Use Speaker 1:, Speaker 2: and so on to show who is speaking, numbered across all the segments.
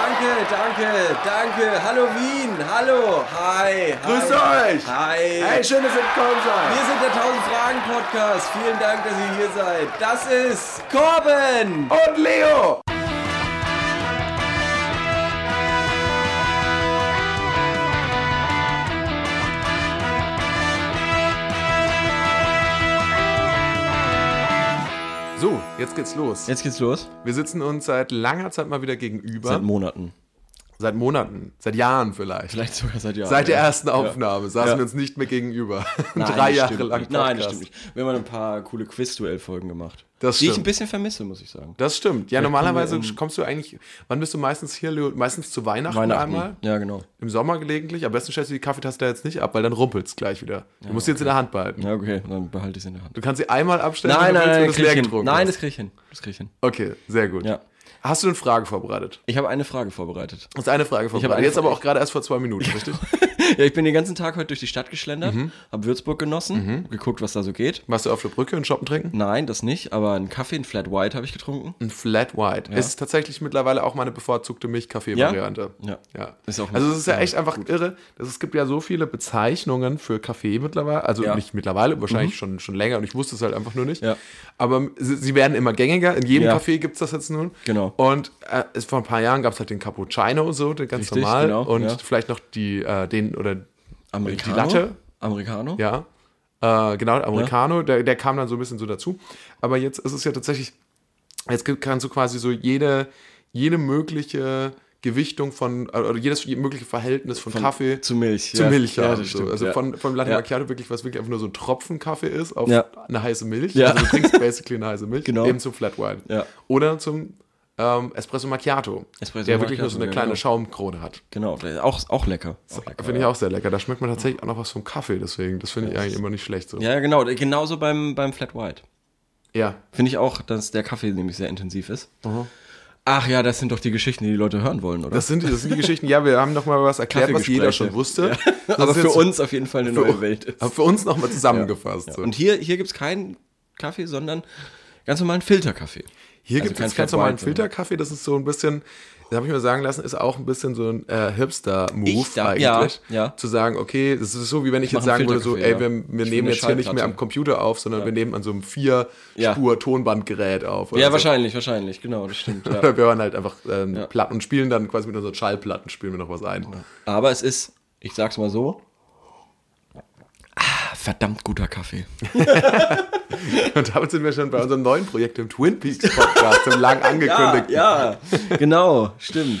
Speaker 1: danke, danke. Hallo Wien, hallo. Hi, hi.
Speaker 2: Grüß euch!
Speaker 1: Hi.
Speaker 2: Hey, schön, dass ihr gekommen
Speaker 1: Wir
Speaker 2: seid!
Speaker 1: sind der 1000 Fragen Podcast. Vielen Dank, dass ihr hier seid. Das ist Corben.
Speaker 2: Und Leo!
Speaker 3: So, jetzt geht's los.
Speaker 1: Jetzt geht's los.
Speaker 3: Wir sitzen uns seit langer Zeit mal wieder gegenüber.
Speaker 1: Seit
Speaker 3: Seit,
Speaker 1: Monaten.
Speaker 3: Monaten, seit Jahren vielleicht.
Speaker 1: Vielleicht sogar seit Jahren.
Speaker 3: Seit der
Speaker 1: ja.
Speaker 3: ersten Aufnahme saßen
Speaker 1: Ja.
Speaker 3: wir uns nicht mehr gegenüber.
Speaker 1: Nein,
Speaker 3: Drei
Speaker 1: das
Speaker 3: Jahre
Speaker 1: stimmt
Speaker 3: lang.
Speaker 1: Nicht. Nein, das
Speaker 3: Podcast.
Speaker 1: stimmt nicht. Wir haben ein paar coole Quiz-Duell-Folgen gemacht.
Speaker 3: Das
Speaker 1: die ich
Speaker 3: stimmt.
Speaker 1: ein bisschen vermisse, muss ich sagen.
Speaker 3: Das stimmt. Ja, normalerweise
Speaker 1: kommen wir, ähm,
Speaker 3: kommst du eigentlich, wann bist du meistens hier, Leo? Meistens zu Weihnachten, einmal.
Speaker 1: Ja, genau.
Speaker 3: Im Sommer gelegentlich. Am besten stellst du die Kaffeetasse da jetzt nicht ab, weil dann rumpelt's gleich wieder. Du musst sie jetzt in der Hand behalten.
Speaker 1: Ja, okay, dann behalte ich es in der Hand.
Speaker 3: Du kannst sie einmal abstellen,
Speaker 1: Nein,
Speaker 3: wenn
Speaker 1: nein,
Speaker 3: du
Speaker 1: nein, das
Speaker 3: willst, wenn du es
Speaker 1: krieg
Speaker 3: leer
Speaker 1: ich hin.
Speaker 3: getrunken
Speaker 1: Nein,
Speaker 3: hast.
Speaker 1: das krieg ich hin. Das krieg ich hin.
Speaker 3: Okay, sehr gut.
Speaker 1: Ja.
Speaker 3: Hast du eine Frage vorbereitet?
Speaker 1: Ich habe eine Frage vorbereitet.
Speaker 3: Das ist eine Frage vorbereitet.
Speaker 1: eine
Speaker 3: Jetzt aber
Speaker 1: Frage.
Speaker 3: auch gerade erst vor zwei Minuten, richtig?
Speaker 1: Ja, ich bin den ganzen Tag heute durch die Stadt geschlendert,
Speaker 3: Mhm.
Speaker 1: habe Würzburg genossen, hab geguckt, was da so geht.
Speaker 3: Warst du auf der Brücke und shoppen trinken?
Speaker 1: Nein, das nicht, aber einen Kaffee, einen Flat White habe ich getrunken.
Speaker 3: Ein Flat White. Ist tatsächlich mittlerweile auch meine bevorzugte Milchkaffee-Variante.
Speaker 1: Ja? Ja. Ist
Speaker 3: Ist
Speaker 1: auch
Speaker 3: auch also es ist ja echt einfach irre. dass es gibt ja so viele Bezeichnungen für Kaffee mittlerweile. Also
Speaker 1: Ja. Mhm.
Speaker 3: nicht mittlerweile, wahrscheinlich schon, schon länger und ich wusste es halt einfach nur nicht.
Speaker 1: Ja.
Speaker 3: Aber sie, sie werden immer gängiger. In jedem
Speaker 1: Ja.
Speaker 3: Kaffee gibt es das jetzt nun.
Speaker 1: Genau.
Speaker 3: Und äh, es, vor ein paar Jahren gab es halt den Cappuccino so, den ganz
Speaker 1: Richtig,
Speaker 3: normal.
Speaker 1: genau,
Speaker 3: und
Speaker 1: ja.
Speaker 3: vielleicht noch die, äh, den oder
Speaker 1: Americano.
Speaker 3: die Latte.
Speaker 1: Americano?
Speaker 3: Ja. Äh, genau, Americano, der, der kam dann so ein bisschen so dazu. Aber jetzt ist es ja tatsächlich, jetzt gibt- kannst du quasi so jede, jede mögliche Gewichtung von, äh, oder jedes mögliche Verhältnis von, Kaffee
Speaker 1: Zu Milch.
Speaker 3: zu
Speaker 1: ja.
Speaker 3: Milch
Speaker 1: ja,
Speaker 3: haben.
Speaker 1: das
Speaker 3: so.
Speaker 1: stimmt.
Speaker 3: Also
Speaker 1: ja.
Speaker 3: von, von Latte
Speaker 1: Ja.
Speaker 3: Macchiato wirklich, was wirklich einfach nur so ein Tropfen Kaffee ist auf
Speaker 1: Ja.
Speaker 3: eine heiße Milch.
Speaker 1: Ja.
Speaker 3: Also du trinkst basically eine heiße Milch,
Speaker 1: Genau.
Speaker 3: eben zum Flat White.
Speaker 1: Ja.
Speaker 3: Oder zum ähm, Espresso Macchiato,
Speaker 1: Espresso
Speaker 3: der wirklich nur so
Speaker 1: Macchiato,
Speaker 3: eine
Speaker 1: ja,
Speaker 3: kleine
Speaker 1: genau.
Speaker 3: Schaumkrone hat.
Speaker 1: Genau, auch, auch lecker. Auch lecker.
Speaker 3: Finde ich auch sehr lecker. Da schmeckt man tatsächlich auch noch was vom Kaffee, deswegen. Das finde ich eigentlich immer nicht schlecht so.
Speaker 1: Ja, genau, genauso beim, beim Flat White.
Speaker 3: ja.
Speaker 1: Finde ich auch, dass der Kaffee nämlich sehr intensiv ist. Ach ja, das sind doch die Geschichten, die die Leute hören wollen, oder?
Speaker 3: Das sind, das sind die Geschichten. Ja, wir haben nochmal was erklärt, was jeder schon wusste.
Speaker 1: aber
Speaker 3: Das ist
Speaker 1: Also für
Speaker 3: jetzt-
Speaker 1: uns auf jeden Fall eine neue
Speaker 3: für,
Speaker 1: Welt ist.
Speaker 3: Aber für uns nochmal zusammengefasst. So.
Speaker 1: Und hier, hier gibt es keinen Kaffee, sondern ganz normalen Filterkaffee.
Speaker 3: hier
Speaker 1: also
Speaker 3: gibt
Speaker 1: kein
Speaker 3: es ganz
Speaker 1: Flat
Speaker 3: normalen
Speaker 1: White, sondern-
Speaker 3: Filterkaffee. Das ist so ein bisschen, da habe ich mir sagen lassen, ist auch ein bisschen so ein äh, Hipster-Move
Speaker 1: Ich da-
Speaker 3: eigentlich.
Speaker 1: ja, ja.
Speaker 3: Zu sagen, okay, das ist so, wie wenn ich
Speaker 1: mach
Speaker 3: jetzt
Speaker 1: einen
Speaker 3: sagen würde, so, ey,
Speaker 1: Filterkaffee,
Speaker 3: wir,
Speaker 1: ja.
Speaker 3: wir
Speaker 1: Ich will
Speaker 3: nehmen
Speaker 1: eine
Speaker 3: jetzt hier nicht mehr
Speaker 1: Schallplatte.
Speaker 3: am Computer auf, sondern wir nehmen an so einem Vier-Spur-Tonbandgerät auf. oder
Speaker 1: Ja,
Speaker 3: so.
Speaker 1: wahrscheinlich, wahrscheinlich, genau, das stimmt. Ja.
Speaker 3: Oder wir hören halt einfach ähm, Platten und spielen dann quasi mit unseren Schallplatten, spielen wir noch was ein.
Speaker 1: Aber es ist, ich sag's mal so, ah, verdammt guter Kaffee.
Speaker 3: Und damit sind wir schon bei unserem neuen Projekt, dem Twin Peaks Podcast, dem lang angekündigten.
Speaker 1: ja, genau, stimmt.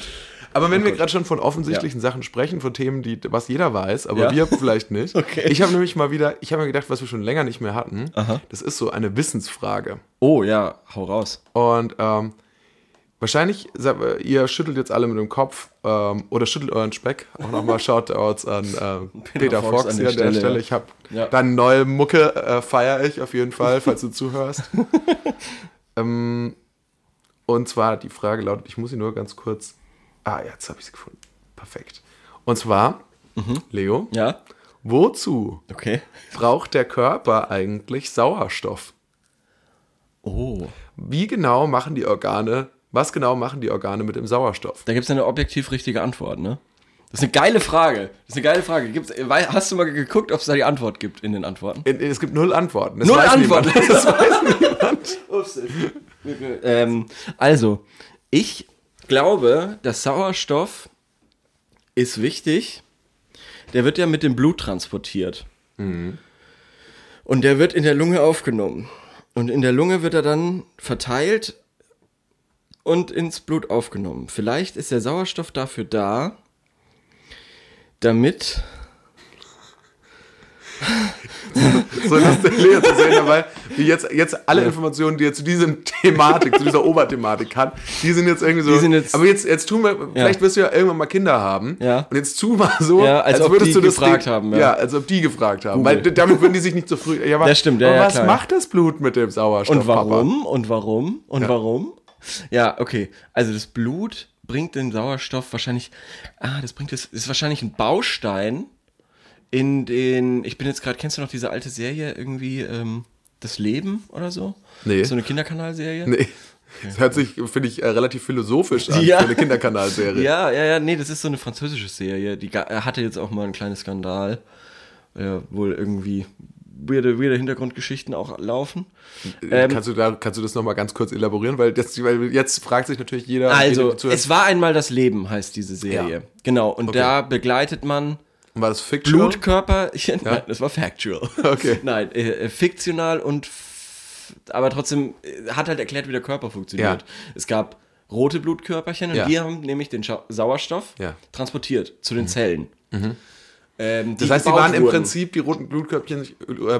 Speaker 3: Aber
Speaker 1: Oh
Speaker 3: wenn wir gerade schon von offensichtlichen Sachen sprechen, von Themen, die was jeder weiß,
Speaker 1: Ja.
Speaker 3: aber wir vielleicht nicht.
Speaker 1: Okay.
Speaker 3: Ich habe nämlich mal wieder, ich habe mir gedacht, was wir schon länger nicht mehr hatten, das ist so eine Wissensfrage.
Speaker 1: Oh ja, hau raus.
Speaker 3: Und ähm, wahrscheinlich, sag- äh, ihr schüttelt jetzt alle mit dem Kopf ähm, oder schüttelt euren Speck. Auch nochmal Shoutouts an ähm, Peter, Fox,
Speaker 1: an der
Speaker 3: hier an der
Speaker 1: Stelle,
Speaker 3: Stelle.
Speaker 1: ja.
Speaker 3: Ich habe
Speaker 1: Ja.
Speaker 3: deine neue Mucke, äh, feiere ich auf jeden Fall, falls du zuhörst. ähm, und zwar, die Frage lautet, ich muss sie nur ganz kurz. Ah, jetzt habe ich sie gefunden. Perfekt. Und zwar, Leo,
Speaker 1: Mhm. Ja,
Speaker 3: wozu
Speaker 1: okay.
Speaker 3: braucht der Körper eigentlich Sauerstoff?
Speaker 1: Oh.
Speaker 3: Wie genau machen die Organe, was genau machen die Organe mit dem Sauerstoff?
Speaker 1: Da gibt's ja eine objektiv richtige Antwort, ne? Das ist eine geile Frage. Das ist eine geile Frage. Gibt's, wei- hast du mal geguckt, ob es da die Antwort gibt in den Antworten?
Speaker 3: In, in, es gibt null Antworten. Das
Speaker 1: Null
Speaker 3: weiß
Speaker 1: Antworten.
Speaker 3: niemand. Das weiß niemand.
Speaker 1: Ups. ähm, also, ich glaube, der Sauerstoff ist wichtig. Der wird ja mit dem Blut transportiert. Mhm. Und der wird in der Lunge aufgenommen. Und in der Lunge wird er dann verteilt und ins Blut aufgenommen. Vielleicht ist der Sauerstoff dafür da, damit
Speaker 3: So dass der Lehrer zu sehen dabei, wie jetzt, jetzt alle Informationen, die er zu diesem Thematik, zu dieser Oberthematik hat, die sind jetzt irgendwie so.
Speaker 1: Die sind jetzt-
Speaker 3: aber jetzt, jetzt tun wir, vielleicht wirst du ja irgendwann mal Kinder haben.
Speaker 1: Ja.
Speaker 3: Und jetzt tu mal so,
Speaker 1: Ja, als ob die gefragt
Speaker 3: Ding,
Speaker 1: haben, ja.
Speaker 3: Ja. als ob die gefragt haben.
Speaker 1: Google.
Speaker 3: Weil d- damit würden die sich nicht so früh. Ja, aber,
Speaker 1: Das stimmt, ja,
Speaker 3: aber
Speaker 1: ja,
Speaker 3: was
Speaker 1: klar.
Speaker 3: macht das Blut mit dem Sauerstoff?
Speaker 1: Und
Speaker 3: Papa?
Speaker 1: warum? Und warum? Und warum? Ja, okay. Also das Blut bringt den Sauerstoff wahrscheinlich. Ah, das bringt das ist wahrscheinlich ein Baustein in den. Ich bin jetzt gerade. Kennst du noch diese alte Serie irgendwie? Ähm, das Leben oder so?
Speaker 3: Nee.
Speaker 1: So eine Kinderkanalserie?
Speaker 3: Nee. Das hört sich, finde ich, äh, relativ philosophisch an
Speaker 1: Ja.
Speaker 3: für eine Kinderkanalserie.
Speaker 1: Ja, ja, ja, nee, das ist so eine französische Serie. Die ga- äh, hatte jetzt auch mal einen kleinen Skandal. Ja, wohl irgendwie weirde, weirde Hintergrundgeschichten auch laufen. Ähm,
Speaker 3: kannst, du da, kannst du das nochmal ganz kurz elaborieren? Weil, das, weil jetzt fragt sich natürlich jeder.
Speaker 1: Also,
Speaker 3: jeder, zuhört,
Speaker 1: es war einmal das Leben, heißt diese Serie.
Speaker 3: Ja.
Speaker 1: Genau, und
Speaker 3: Okay.
Speaker 1: da begleitet man
Speaker 3: war das Fiction?
Speaker 1: Blutkörper. Nein, das war factual.
Speaker 3: Okay.
Speaker 1: Nein, äh, äh, fiktional und. f- Aber trotzdem äh, hat halt erklärt, wie der Körper funktioniert. Es gab rote Blutkörperchen und
Speaker 3: Ja.
Speaker 1: die haben nämlich den Schau- Sauerstoff
Speaker 3: Ja. Mhm.
Speaker 1: transportiert zu den Zellen. Ähm,
Speaker 3: Das heißt, die
Speaker 1: gebaut
Speaker 3: waren im
Speaker 1: wurden.
Speaker 3: Prinzip, die roten Blutkörbchen, äh, äh,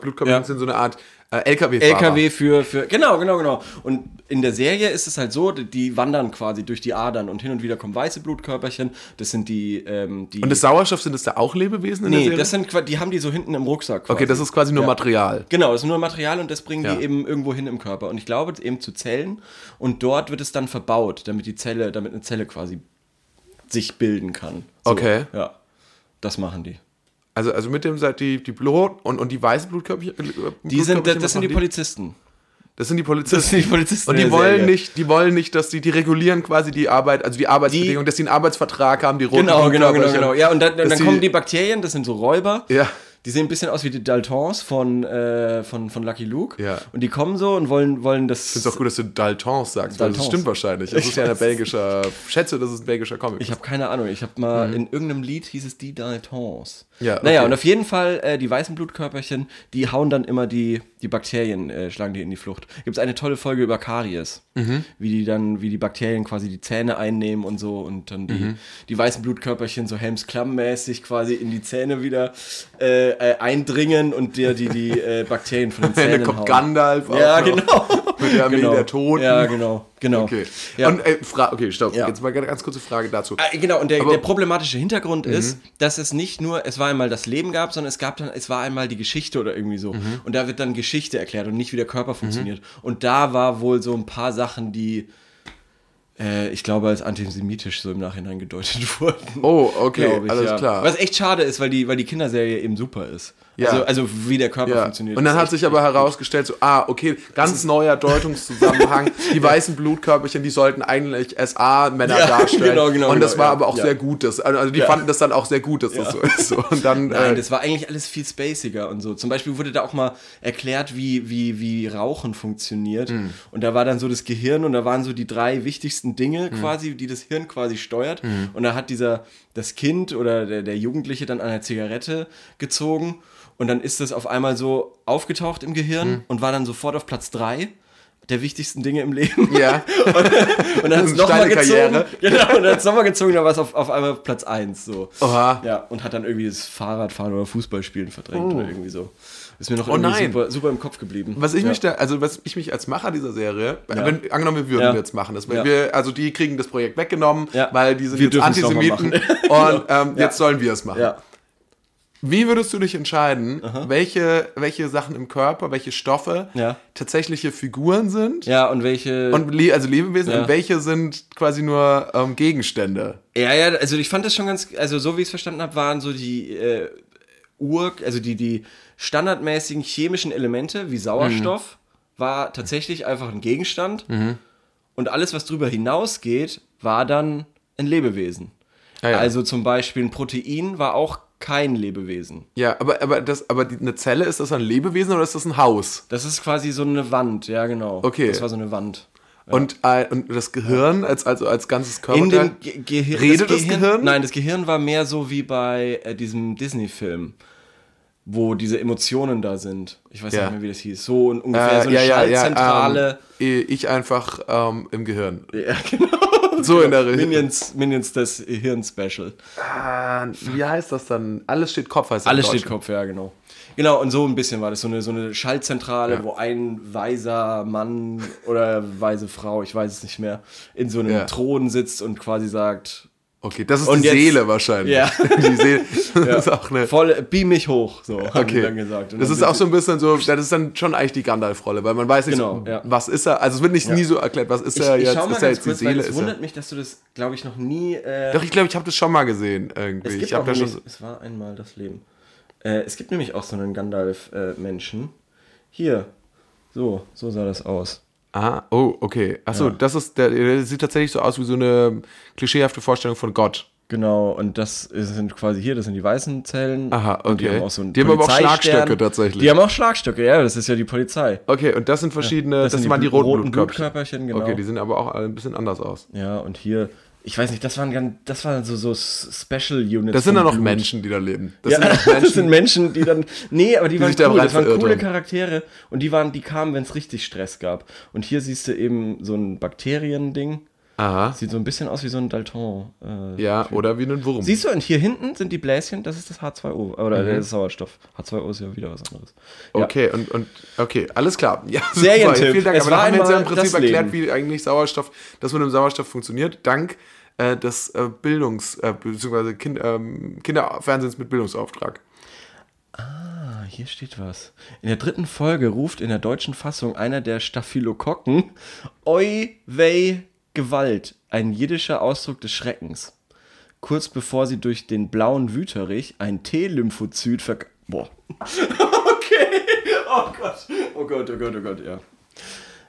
Speaker 3: Blutkörbchen
Speaker 1: Ja.
Speaker 3: sind so eine Art äh, LKW-Fahrer.
Speaker 1: LKW für, für. Genau, genau, genau. Und in der Serie ist es halt so, die- die wandern quasi durch die Adern und hin und wieder kommen weiße Blutkörperchen. Das sind die. Ähm, die
Speaker 3: Und das Sauerstoff, sind das da auch Lebewesen in der
Speaker 1: nee,
Speaker 3: Serie?
Speaker 1: das sind, qua- die haben die so hinten im Rucksack. Quasi.
Speaker 3: okay, das ist quasi nur Material.
Speaker 1: Genau, das ist nur Material und das bringen
Speaker 3: Ja.
Speaker 1: die eben irgendwo hin im Körper. Und ich glaube, eben zu Zellen. Und dort wird es dann verbaut, damit die Zelle, damit eine Zelle quasi sich bilden kann. So,
Speaker 3: Okay.
Speaker 1: Ja. Das machen die.
Speaker 3: Also, also mit dem seid die, die Blut und, und die weißen Blutkörbchen.
Speaker 1: Die sind, das,
Speaker 3: Blutkörbchen,
Speaker 1: das
Speaker 3: was
Speaker 1: sind die
Speaker 3: machen
Speaker 1: Polizisten.
Speaker 3: Das sind die Polizisten.
Speaker 1: Das sind die Polizisten
Speaker 3: Und die
Speaker 1: der
Speaker 3: wollen
Speaker 1: Serie.
Speaker 3: nicht, die wollen nicht, dass die, die regulieren quasi die Arbeit, also die Arbeitsbedingungen, dass die einen Arbeitsvertrag haben, die roten
Speaker 1: Genau, genau, genau,
Speaker 3: Blutkörperchen,
Speaker 1: genau. Ja, und dann,
Speaker 3: dass
Speaker 1: dann kommen die Bakterien, das sind so Räuber.
Speaker 3: Ja.
Speaker 1: Die sehen ein bisschen aus wie die Daltons von, äh, von, von Lucky Luke.
Speaker 3: Ja.
Speaker 1: Und die kommen so und wollen, wollen das.
Speaker 3: Ist doch gut, dass du Daltons sagst, weil das
Speaker 1: Daltons.
Speaker 3: stimmt wahrscheinlich. Das
Speaker 1: Ich
Speaker 3: ist ja ein
Speaker 1: weiß.
Speaker 3: belgischer, schätze, das ist ein belgischer Comic.
Speaker 1: Ich habe keine Ahnung. Ich habe mal in irgendeinem Lied hieß es die Daltons.
Speaker 3: Mhm. Ja, okay.
Speaker 1: Naja, und auf jeden Fall äh, die weißen Blutkörperchen, die hauen dann immer die, die Bakterien, äh, schlagen die in die Flucht. Gibt es eine tolle Folge über Karies,
Speaker 3: Mhm.
Speaker 1: wie die dann, wie die Bakterien quasi die Zähne einnehmen und so und dann die,
Speaker 3: Mhm.
Speaker 1: die weißen Blutkörperchen so Helms-Klamm-mäßig quasi in die Zähne wieder äh, äh, eindringen und dir die, die äh, Bakterien von den
Speaker 3: Am
Speaker 1: Zähnen
Speaker 3: Ende kommt
Speaker 1: hauen.
Speaker 3: Gandalf auch
Speaker 1: Ja,
Speaker 3: noch.
Speaker 1: genau.
Speaker 3: Mit der Armee
Speaker 1: genau.
Speaker 3: der Toten.
Speaker 1: Ja, genau. genau.
Speaker 3: Okay.
Speaker 1: Ja.
Speaker 3: Und, äh, Fra okay, stopp.
Speaker 1: Ja.
Speaker 3: Jetzt mal eine ganz kurze Frage dazu.
Speaker 1: Ah, Genau, und der,
Speaker 3: Aber- Mhm.
Speaker 1: der problematische Hintergrund ist, dass es nicht nur, es war einmal das Leben gab, sondern es gab dann, es war einmal die Geschichte oder irgendwie so.
Speaker 3: Mhm.
Speaker 1: Und da wird dann Geschichte erklärt und nicht, wie der Körper funktioniert. Und da war wohl so ein paar Sachen, die, äh, ich glaube, als antisemitisch so im Nachhinein gedeutet wurden.
Speaker 3: Oh, okay,
Speaker 1: Glaub ich,
Speaker 3: alles
Speaker 1: ja.
Speaker 3: klar.
Speaker 1: Was echt schade ist, weil die, weil die Kinderserie eben super ist.
Speaker 3: Ja.
Speaker 1: Also, also wie der Körper
Speaker 3: Ja.
Speaker 1: funktioniert.
Speaker 3: Und dann
Speaker 1: ist
Speaker 3: hat sich aber herausgestellt, so, ah, okay, ganz neuer Deutungszusammenhang. die weißen Blutkörperchen, die sollten eigentlich SA-Männer
Speaker 1: Ja,
Speaker 3: darstellen.
Speaker 1: genau, genau,
Speaker 3: und das
Speaker 1: genau,
Speaker 3: war
Speaker 1: ja,
Speaker 3: aber auch
Speaker 1: ja.
Speaker 3: sehr gut. Dass, also die fanden das dann auch sehr gut, dass das so ist. So. Und dann,
Speaker 1: Nein,
Speaker 3: äh,
Speaker 1: das war eigentlich alles viel spaciger und so. Zum Beispiel wurde da auch mal erklärt, wie, wie, wie Rauchen funktioniert.
Speaker 3: Mhm.
Speaker 1: Und da war dann so das Gehirn und da waren so die drei wichtigsten Dinge
Speaker 3: Mhm.
Speaker 1: quasi, die das Hirn quasi steuert. Und da hat dieser, das Kind oder der, der Jugendliche dann an der Zigarette gezogen und dann ist das auf einmal so aufgetaucht im Gehirn
Speaker 3: Mhm.
Speaker 1: und war dann sofort auf Platz drei der wichtigsten Dinge im Leben.
Speaker 3: ja.
Speaker 1: Und dann hat es
Speaker 3: Eine
Speaker 1: nochmal
Speaker 3: steile
Speaker 1: gezogen.
Speaker 3: Karriere.
Speaker 1: Genau, und dann hat es nochmal gezogen, dann war es auf, auf einmal auf Platz 1. So.
Speaker 3: Oha. Oh.
Speaker 1: Ja, und hat dann irgendwie das Fahrradfahren oder Fußballspielen verdrängt oder irgendwie so. Ist mir noch irgendwie
Speaker 3: nein.
Speaker 1: super, super im Kopf geblieben.
Speaker 3: Was ich
Speaker 1: ja.
Speaker 3: mich da, also was ich mich als Macher dieser Serie,
Speaker 1: Ja.
Speaker 3: wenn, angenommen, wir würden
Speaker 1: Ja.
Speaker 3: jetzt machen, das, weil
Speaker 1: Ja.
Speaker 3: wir, also die kriegen das Projekt weggenommen,
Speaker 1: Ja.
Speaker 3: weil die sind
Speaker 1: Wir
Speaker 3: jetzt
Speaker 1: dürfen es nochmal
Speaker 3: Antisemiten und ähm,
Speaker 1: Genau. Ja.
Speaker 3: jetzt sollen wir es machen.
Speaker 1: Ja.
Speaker 3: Wie würdest du dich entscheiden, welche, welche Sachen im Körper, welche Stoffe
Speaker 1: Ja.
Speaker 3: tatsächliche Figuren sind?
Speaker 1: ja, und welche.
Speaker 3: Und le also Lebewesen
Speaker 1: Ja.
Speaker 3: und welche sind quasi nur ähm, Gegenstände?
Speaker 1: ja, ja, also ich fand das schon ganz. Also, so wie ich es verstanden habe, waren so die äh, Ur-, also die, die standardmäßigen chemischen Elemente wie Sauerstoff
Speaker 3: Mhm.
Speaker 1: war tatsächlich einfach ein Gegenstand. Und alles, was drüber hinausgeht, war dann ein Lebewesen.
Speaker 3: Ah, ja.
Speaker 1: Also zum Beispiel ein Protein war auch kein Lebewesen.
Speaker 3: Ja, aber, aber, das, aber die, eine Zelle, ist das ein Lebewesen oder ist das ein Haus?
Speaker 1: Das ist quasi so eine Wand, ja genau.
Speaker 3: Okay.
Speaker 1: Das war so eine Wand.
Speaker 3: Und, äh, und das Gehirn als, also als ganzes Körper.
Speaker 1: In dem Ge Gehirn.
Speaker 3: Redet das Gehirn?
Speaker 1: Nein, das Gehirn war mehr so wie bei äh, diesem Disney-Film, wo diese Emotionen da sind. Ich weiß
Speaker 3: Ja.
Speaker 1: nicht mehr, wie das hieß. So ein- ungefähr
Speaker 3: äh,
Speaker 1: so eine
Speaker 3: ja, ja,
Speaker 1: Schaltzentrale.
Speaker 3: Ja, ähm, ich einfach ähm, im Gehirn.
Speaker 1: Ja, genau.
Speaker 3: So in der Richtung.
Speaker 1: Minions, Minions das Hirn-Special.
Speaker 3: Ähm, Wie heißt das dann? Alles steht Kopf heißt das
Speaker 1: Alles
Speaker 3: in
Speaker 1: steht Kopf, ja, genau. Genau, und so ein bisschen war das. So eine, so eine Schaltzentrale, wo ein weiser Mann oder weise Frau, ich weiß es nicht mehr, in so einem
Speaker 3: Ja.
Speaker 1: Thron sitzt und quasi sagt,
Speaker 3: Okay, das ist
Speaker 1: Und
Speaker 3: die
Speaker 1: jetzt-
Speaker 3: Seele wahrscheinlich.
Speaker 1: Ja.
Speaker 3: Die Seele. Das ist auch eine.
Speaker 1: voll, äh, beam mich hoch, so haben die
Speaker 3: Okay.
Speaker 1: dann gesagt. Und
Speaker 3: das
Speaker 1: dann
Speaker 3: ist
Speaker 1: sind
Speaker 3: auch
Speaker 1: sie-
Speaker 3: so ein bisschen so, das ist dann schon eigentlich die Gandalf-Rolle, weil man weiß nicht,
Speaker 1: Genau, ja.
Speaker 3: was ist er. Also es wird nicht nie so erklärt, was ist er
Speaker 1: ich, ich
Speaker 3: jetzt?
Speaker 1: schau mal
Speaker 3: ist er
Speaker 1: ganz
Speaker 3: jetzt die
Speaker 1: kurz, weil
Speaker 3: Seele?
Speaker 1: es
Speaker 3: Ist er,
Speaker 1: wundert mich, dass du das, glaube ich, noch nie... Äh,
Speaker 3: doch, ich glaube, ich habe das schon mal gesehen irgendwie.
Speaker 1: es
Speaker 3: ich
Speaker 1: gibt
Speaker 3: habe
Speaker 1: auch
Speaker 3: da
Speaker 1: nämlich,
Speaker 3: schon.
Speaker 1: es war einmal das Leben. Äh, es gibt nämlich auch so einen Gandalf-Menschen. Hier, so, so sah das aus.
Speaker 3: Ah, oh, okay. Achso, das ist, der, der sieht tatsächlich so aus wie so eine klischeehafte Vorstellung von Gott.
Speaker 1: Genau, und das ist- sind quasi hier, das sind die weißen Zellen.
Speaker 3: Aha,
Speaker 1: Und
Speaker 3: okay.
Speaker 1: Die haben, auch so einen
Speaker 3: Die haben aber auch
Speaker 1: Polizeistern.
Speaker 3: Schlagstöcke tatsächlich.
Speaker 1: Die haben auch Schlagstöcke, ja, das ist ja die Polizei.
Speaker 3: Okay, und das sind verschiedene, das,
Speaker 1: sind die
Speaker 3: waren die,
Speaker 1: blu-
Speaker 3: roten,
Speaker 1: roten
Speaker 3: Blutkörperchen.
Speaker 1: Blutkörperchen, genau.
Speaker 3: Okay, die sehen aber auch alle ein bisschen anders aus.
Speaker 1: Ja, und hier, ich weiß nicht, das waren ganz, das waren so, so S- Special Units.
Speaker 3: Das sind
Speaker 1: vom
Speaker 3: dann noch
Speaker 1: Blut.
Speaker 3: Menschen, die da leben. Das
Speaker 1: Ja,
Speaker 3: sind auch Menschen.
Speaker 1: das sind Menschen, die dann. Nee, aber die, waren
Speaker 3: sich da
Speaker 1: cool, das
Speaker 3: rein
Speaker 1: waren
Speaker 3: verirrt
Speaker 1: coole
Speaker 3: haben.
Speaker 1: Charaktere und die waren, die kamen, wenn es richtig Stress gab. Und hier siehst du eben so ein Bakterien-Ding.
Speaker 3: Aha.
Speaker 1: Sieht so ein bisschen aus wie so ein Dalton. Äh,
Speaker 3: Ja, oder wie ein Wurm.
Speaker 1: Siehst du, und hier hinten sind die Bläschen, das ist das H2O.
Speaker 3: Mhm.
Speaker 1: Oder der Sauerstoff. H2O ist ja wieder was anderes. Ja.
Speaker 3: Okay, und, und okay, alles klar. Ja, super,
Speaker 1: Serientipp.
Speaker 3: Vielen Dank.
Speaker 1: Es
Speaker 3: Aber da
Speaker 1: war
Speaker 3: haben wir jetzt ja im
Speaker 1: einmal
Speaker 3: Prinzip
Speaker 1: das
Speaker 3: erklärt,
Speaker 1: Leben.
Speaker 3: wie eigentlich Sauerstoff, das mit dem Sauerstoff funktioniert, dank äh, des äh, Bildungs- äh, bzw. Kind, ähm, Kinderfernsehens mit Bildungsauftrag.
Speaker 1: Ah, hier steht was. In der dritten Folge ruft in der deutschen Fassung einer der Staphylokokken Euwei Gewalt, ein jiddischer Ausdruck des Schreckens. Kurz bevor sie durch den blauen Wüterich ein T-Lymphozyt verk... Boah. okay. Oh Gott. Oh Gott, oh Gott, oh Gott, ja.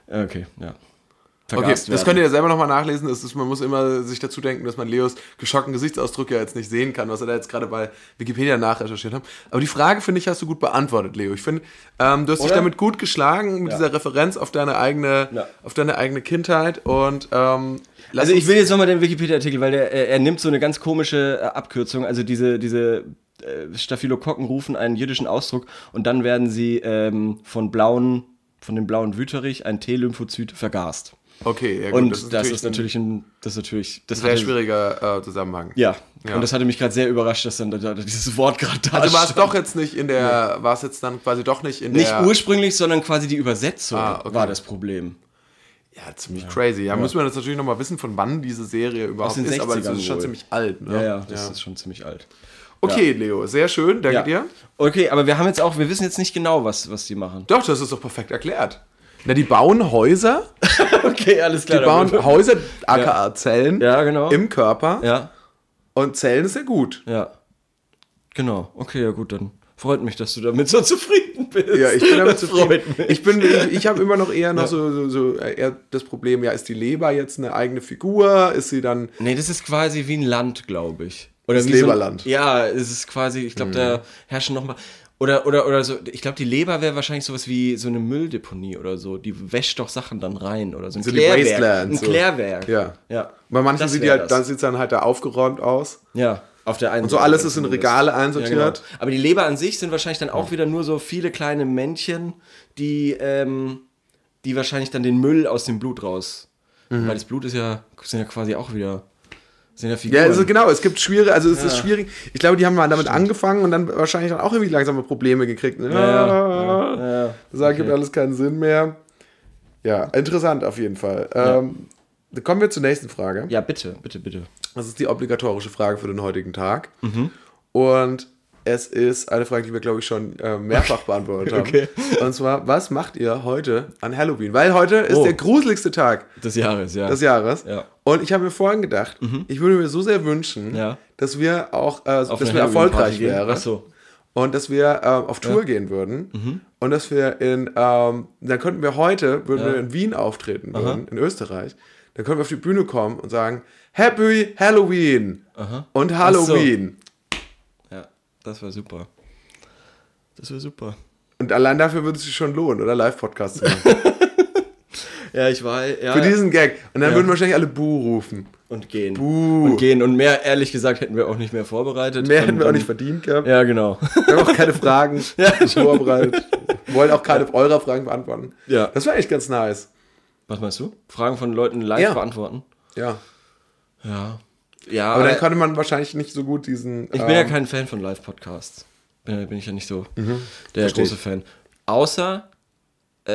Speaker 1: Okay, ja.
Speaker 3: Okay,
Speaker 1: Vergast
Speaker 3: das
Speaker 1: werden.
Speaker 3: könnt ihr ja selber nochmal nachlesen. Es ist, man muss immer sich dazu denken, dass man Leos geschockten Gesichtsausdruck ja jetzt nicht sehen kann, was er da jetzt gerade bei Wikipedia nachrecherchiert hat. Aber die Frage, finde ich, hast du gut beantwortet, Leo. Ich finde, ähm, du hast dich
Speaker 1: Oder?
Speaker 3: damit gut geschlagen, mit
Speaker 1: Ja.
Speaker 3: dieser Referenz auf deine eigene,
Speaker 1: Ja.
Speaker 3: auf deine eigene Kindheit. Und ähm, lass
Speaker 1: Also ich
Speaker 3: uns-
Speaker 1: will jetzt nochmal den Wikipedia-Artikel, weil der, er, er nimmt so eine ganz komische äh, Abkürzung. Also diese, diese äh, Staphylokokken rufen einen jüdischen Ausdruck und dann werden sie ähm, von blauen, von dem blauen Wüterich ein T-Lymphozyt vergast.
Speaker 3: Okay, ja gut,
Speaker 1: Und das ist,
Speaker 3: ein
Speaker 1: natürlich ein, das ist natürlich, das
Speaker 3: sehr
Speaker 1: hatte-
Speaker 3: schwieriger äh, Zusammenhang.
Speaker 1: Ja.
Speaker 3: Ja.
Speaker 1: und das hatte mich gerade sehr überrascht, dass dann da, da, dieses Wort gerade da
Speaker 3: Also war es
Speaker 1: stand.
Speaker 3: doch jetzt nicht in der, war es jetzt dann quasi doch nicht in
Speaker 1: Nicht
Speaker 3: der.
Speaker 1: ursprünglich, sondern quasi die Übersetzung
Speaker 3: Ah, okay.
Speaker 1: war das Problem.
Speaker 3: Ja, ziemlich crazy. Ja, müssen wir das natürlich nochmal wissen, von wann diese Serie überhaupt
Speaker 1: Aus den
Speaker 3: ist, aber das
Speaker 1: 60ern
Speaker 3: ist schon
Speaker 1: wohl.
Speaker 3: ziemlich alt. Ne?
Speaker 1: Ja, ja, das ist schon ziemlich alt.
Speaker 3: Okay, Leo, sehr schön, danke
Speaker 1: Ja.
Speaker 3: dir.
Speaker 1: Okay, aber wir haben jetzt auch, wir wissen jetzt nicht genau, was, was die machen.
Speaker 3: Doch, das ist doch perfekt erklärt. Na, die bauen Häuser,
Speaker 1: Okay, alles klar.
Speaker 3: die bauen Häuser, aka Zellen,
Speaker 1: Ja, genau.
Speaker 3: im Körper
Speaker 1: ja.
Speaker 3: und Zellen ist ja gut.
Speaker 1: Ja. Genau. Okay, ja gut, dann freut mich, dass du damit so zufrieden bist.
Speaker 3: Ja, ich bin damit
Speaker 1: Das
Speaker 3: zufrieden.
Speaker 1: Freut mich.
Speaker 3: Ich bin, ich, ich habe immer noch eher noch so, so, so äh, eher das Problem, ja, ist die Leber jetzt eine eigene Figur? Ist sie dann
Speaker 1: nee, das ist quasi wie ein Land, glaube ich. Oder
Speaker 3: Das
Speaker 1: wie so ein-
Speaker 3: Leberland. Hm.
Speaker 1: ja, es ist quasi, ich glaube, da herrschen nochmal. Oder, oder, oder so, ich glaube, die Leber wäre wahrscheinlich sowas wie so eine Mülldeponie oder so. Die wäscht doch Sachen dann rein oder so. Ein
Speaker 3: So die
Speaker 1: Klärwerk.
Speaker 3: Wastelands,
Speaker 1: ein
Speaker 3: so.
Speaker 1: Klärwerk.
Speaker 3: Ja.
Speaker 1: ja.
Speaker 3: Bei manchen
Speaker 1: Das
Speaker 3: sieht die
Speaker 1: wär
Speaker 3: halt,
Speaker 1: das.
Speaker 3: dann sieht es dann halt da aufgeräumt aus.
Speaker 1: Ja, auf der einen
Speaker 3: Und so alles ist in Regale einsortiert.
Speaker 1: Ja, genau. Aber die Leber an sich sind wahrscheinlich dann auch wieder nur so viele kleine Männchen, die, ähm, die wahrscheinlich dann den Müll aus dem Blut raus. Weil das Blut ist ja, sind ja quasi auch wieder. Sind ja Figuren.
Speaker 3: Mhm. Ja, also genau, es gibt schwierige, also es ist schwierig. Ich glaube, die haben mal damit angefangen und dann wahrscheinlich dann auch irgendwie langsame Probleme gekriegt. ne? Ja,
Speaker 1: ja, ja, ja.
Speaker 3: Das ergibt alles keinen Sinn mehr. Ja, interessant auf jeden Fall. Ähm, dann kommen wir zur nächsten Frage.
Speaker 1: ja, bitte, bitte, bitte.
Speaker 3: Das ist die obligatorische Frage für den heutigen Tag. Und es ist eine Frage, die wir, glaube ich, schon äh, mehrfach beantwortet haben.
Speaker 1: Okay.
Speaker 3: Und zwar, was macht ihr heute an Halloween? Weil heute ist
Speaker 1: Oh.
Speaker 3: der gruseligste Tag
Speaker 1: Des Jahres, ja.
Speaker 3: des Jahres.
Speaker 1: Ja.
Speaker 3: Und ich habe mir vorhin gedacht, ich würde mir so sehr wünschen,
Speaker 1: Ja.
Speaker 3: dass wir auch, äh,
Speaker 1: Auf
Speaker 3: dass
Speaker 1: eine Halloween-Party
Speaker 3: wir erfolgreich
Speaker 1: gehen.
Speaker 3: wären
Speaker 1: Ach so.
Speaker 3: und dass wir äh, auf Tour gehen würden
Speaker 1: Mhm.
Speaker 3: und dass wir in, ähm, dann könnten wir heute, würden wir in Wien auftreten würden, in Österreich, dann könnten wir auf die Bühne kommen und sagen, Happy Halloween und Halloween.
Speaker 1: ja, das wäre super. Das wäre super.
Speaker 3: Und allein dafür würde es sich schon lohnen, oder Live-Podcasts zu machen.
Speaker 1: Ja, ich war. Ja,
Speaker 3: Für diesen Gag. Und dann
Speaker 1: Ja.
Speaker 3: würden wahrscheinlich alle Buh rufen.
Speaker 1: und gehen.
Speaker 3: Buh.
Speaker 1: Und gehen. Und mehr, ehrlich gesagt, hätten wir auch nicht mehr vorbereitet.
Speaker 3: Mehr
Speaker 1: Und
Speaker 3: hätten wir auch
Speaker 1: dann-
Speaker 3: nicht verdient gehabt.
Speaker 1: Ja, genau.
Speaker 3: Wir haben auch keine Fragen nicht vorbereitet. Wir wollen auch keine eurer Fragen beantworten.
Speaker 1: Ja.
Speaker 3: Das wäre eigentlich ganz nice.
Speaker 1: Was meinst du? Fragen von Leuten live
Speaker 3: Ja.
Speaker 1: beantworten?
Speaker 3: Ja.
Speaker 1: Ja. Ja,
Speaker 3: Aber
Speaker 1: aber
Speaker 3: dann könnte man wahrscheinlich nicht so gut diesen. ähm,
Speaker 1: ich bin ja kein Fan von Live-Podcasts. Bin, ja- bin ich ja nicht so der
Speaker 3: Mhm. verstehe.
Speaker 1: große Fan. Außer, äh,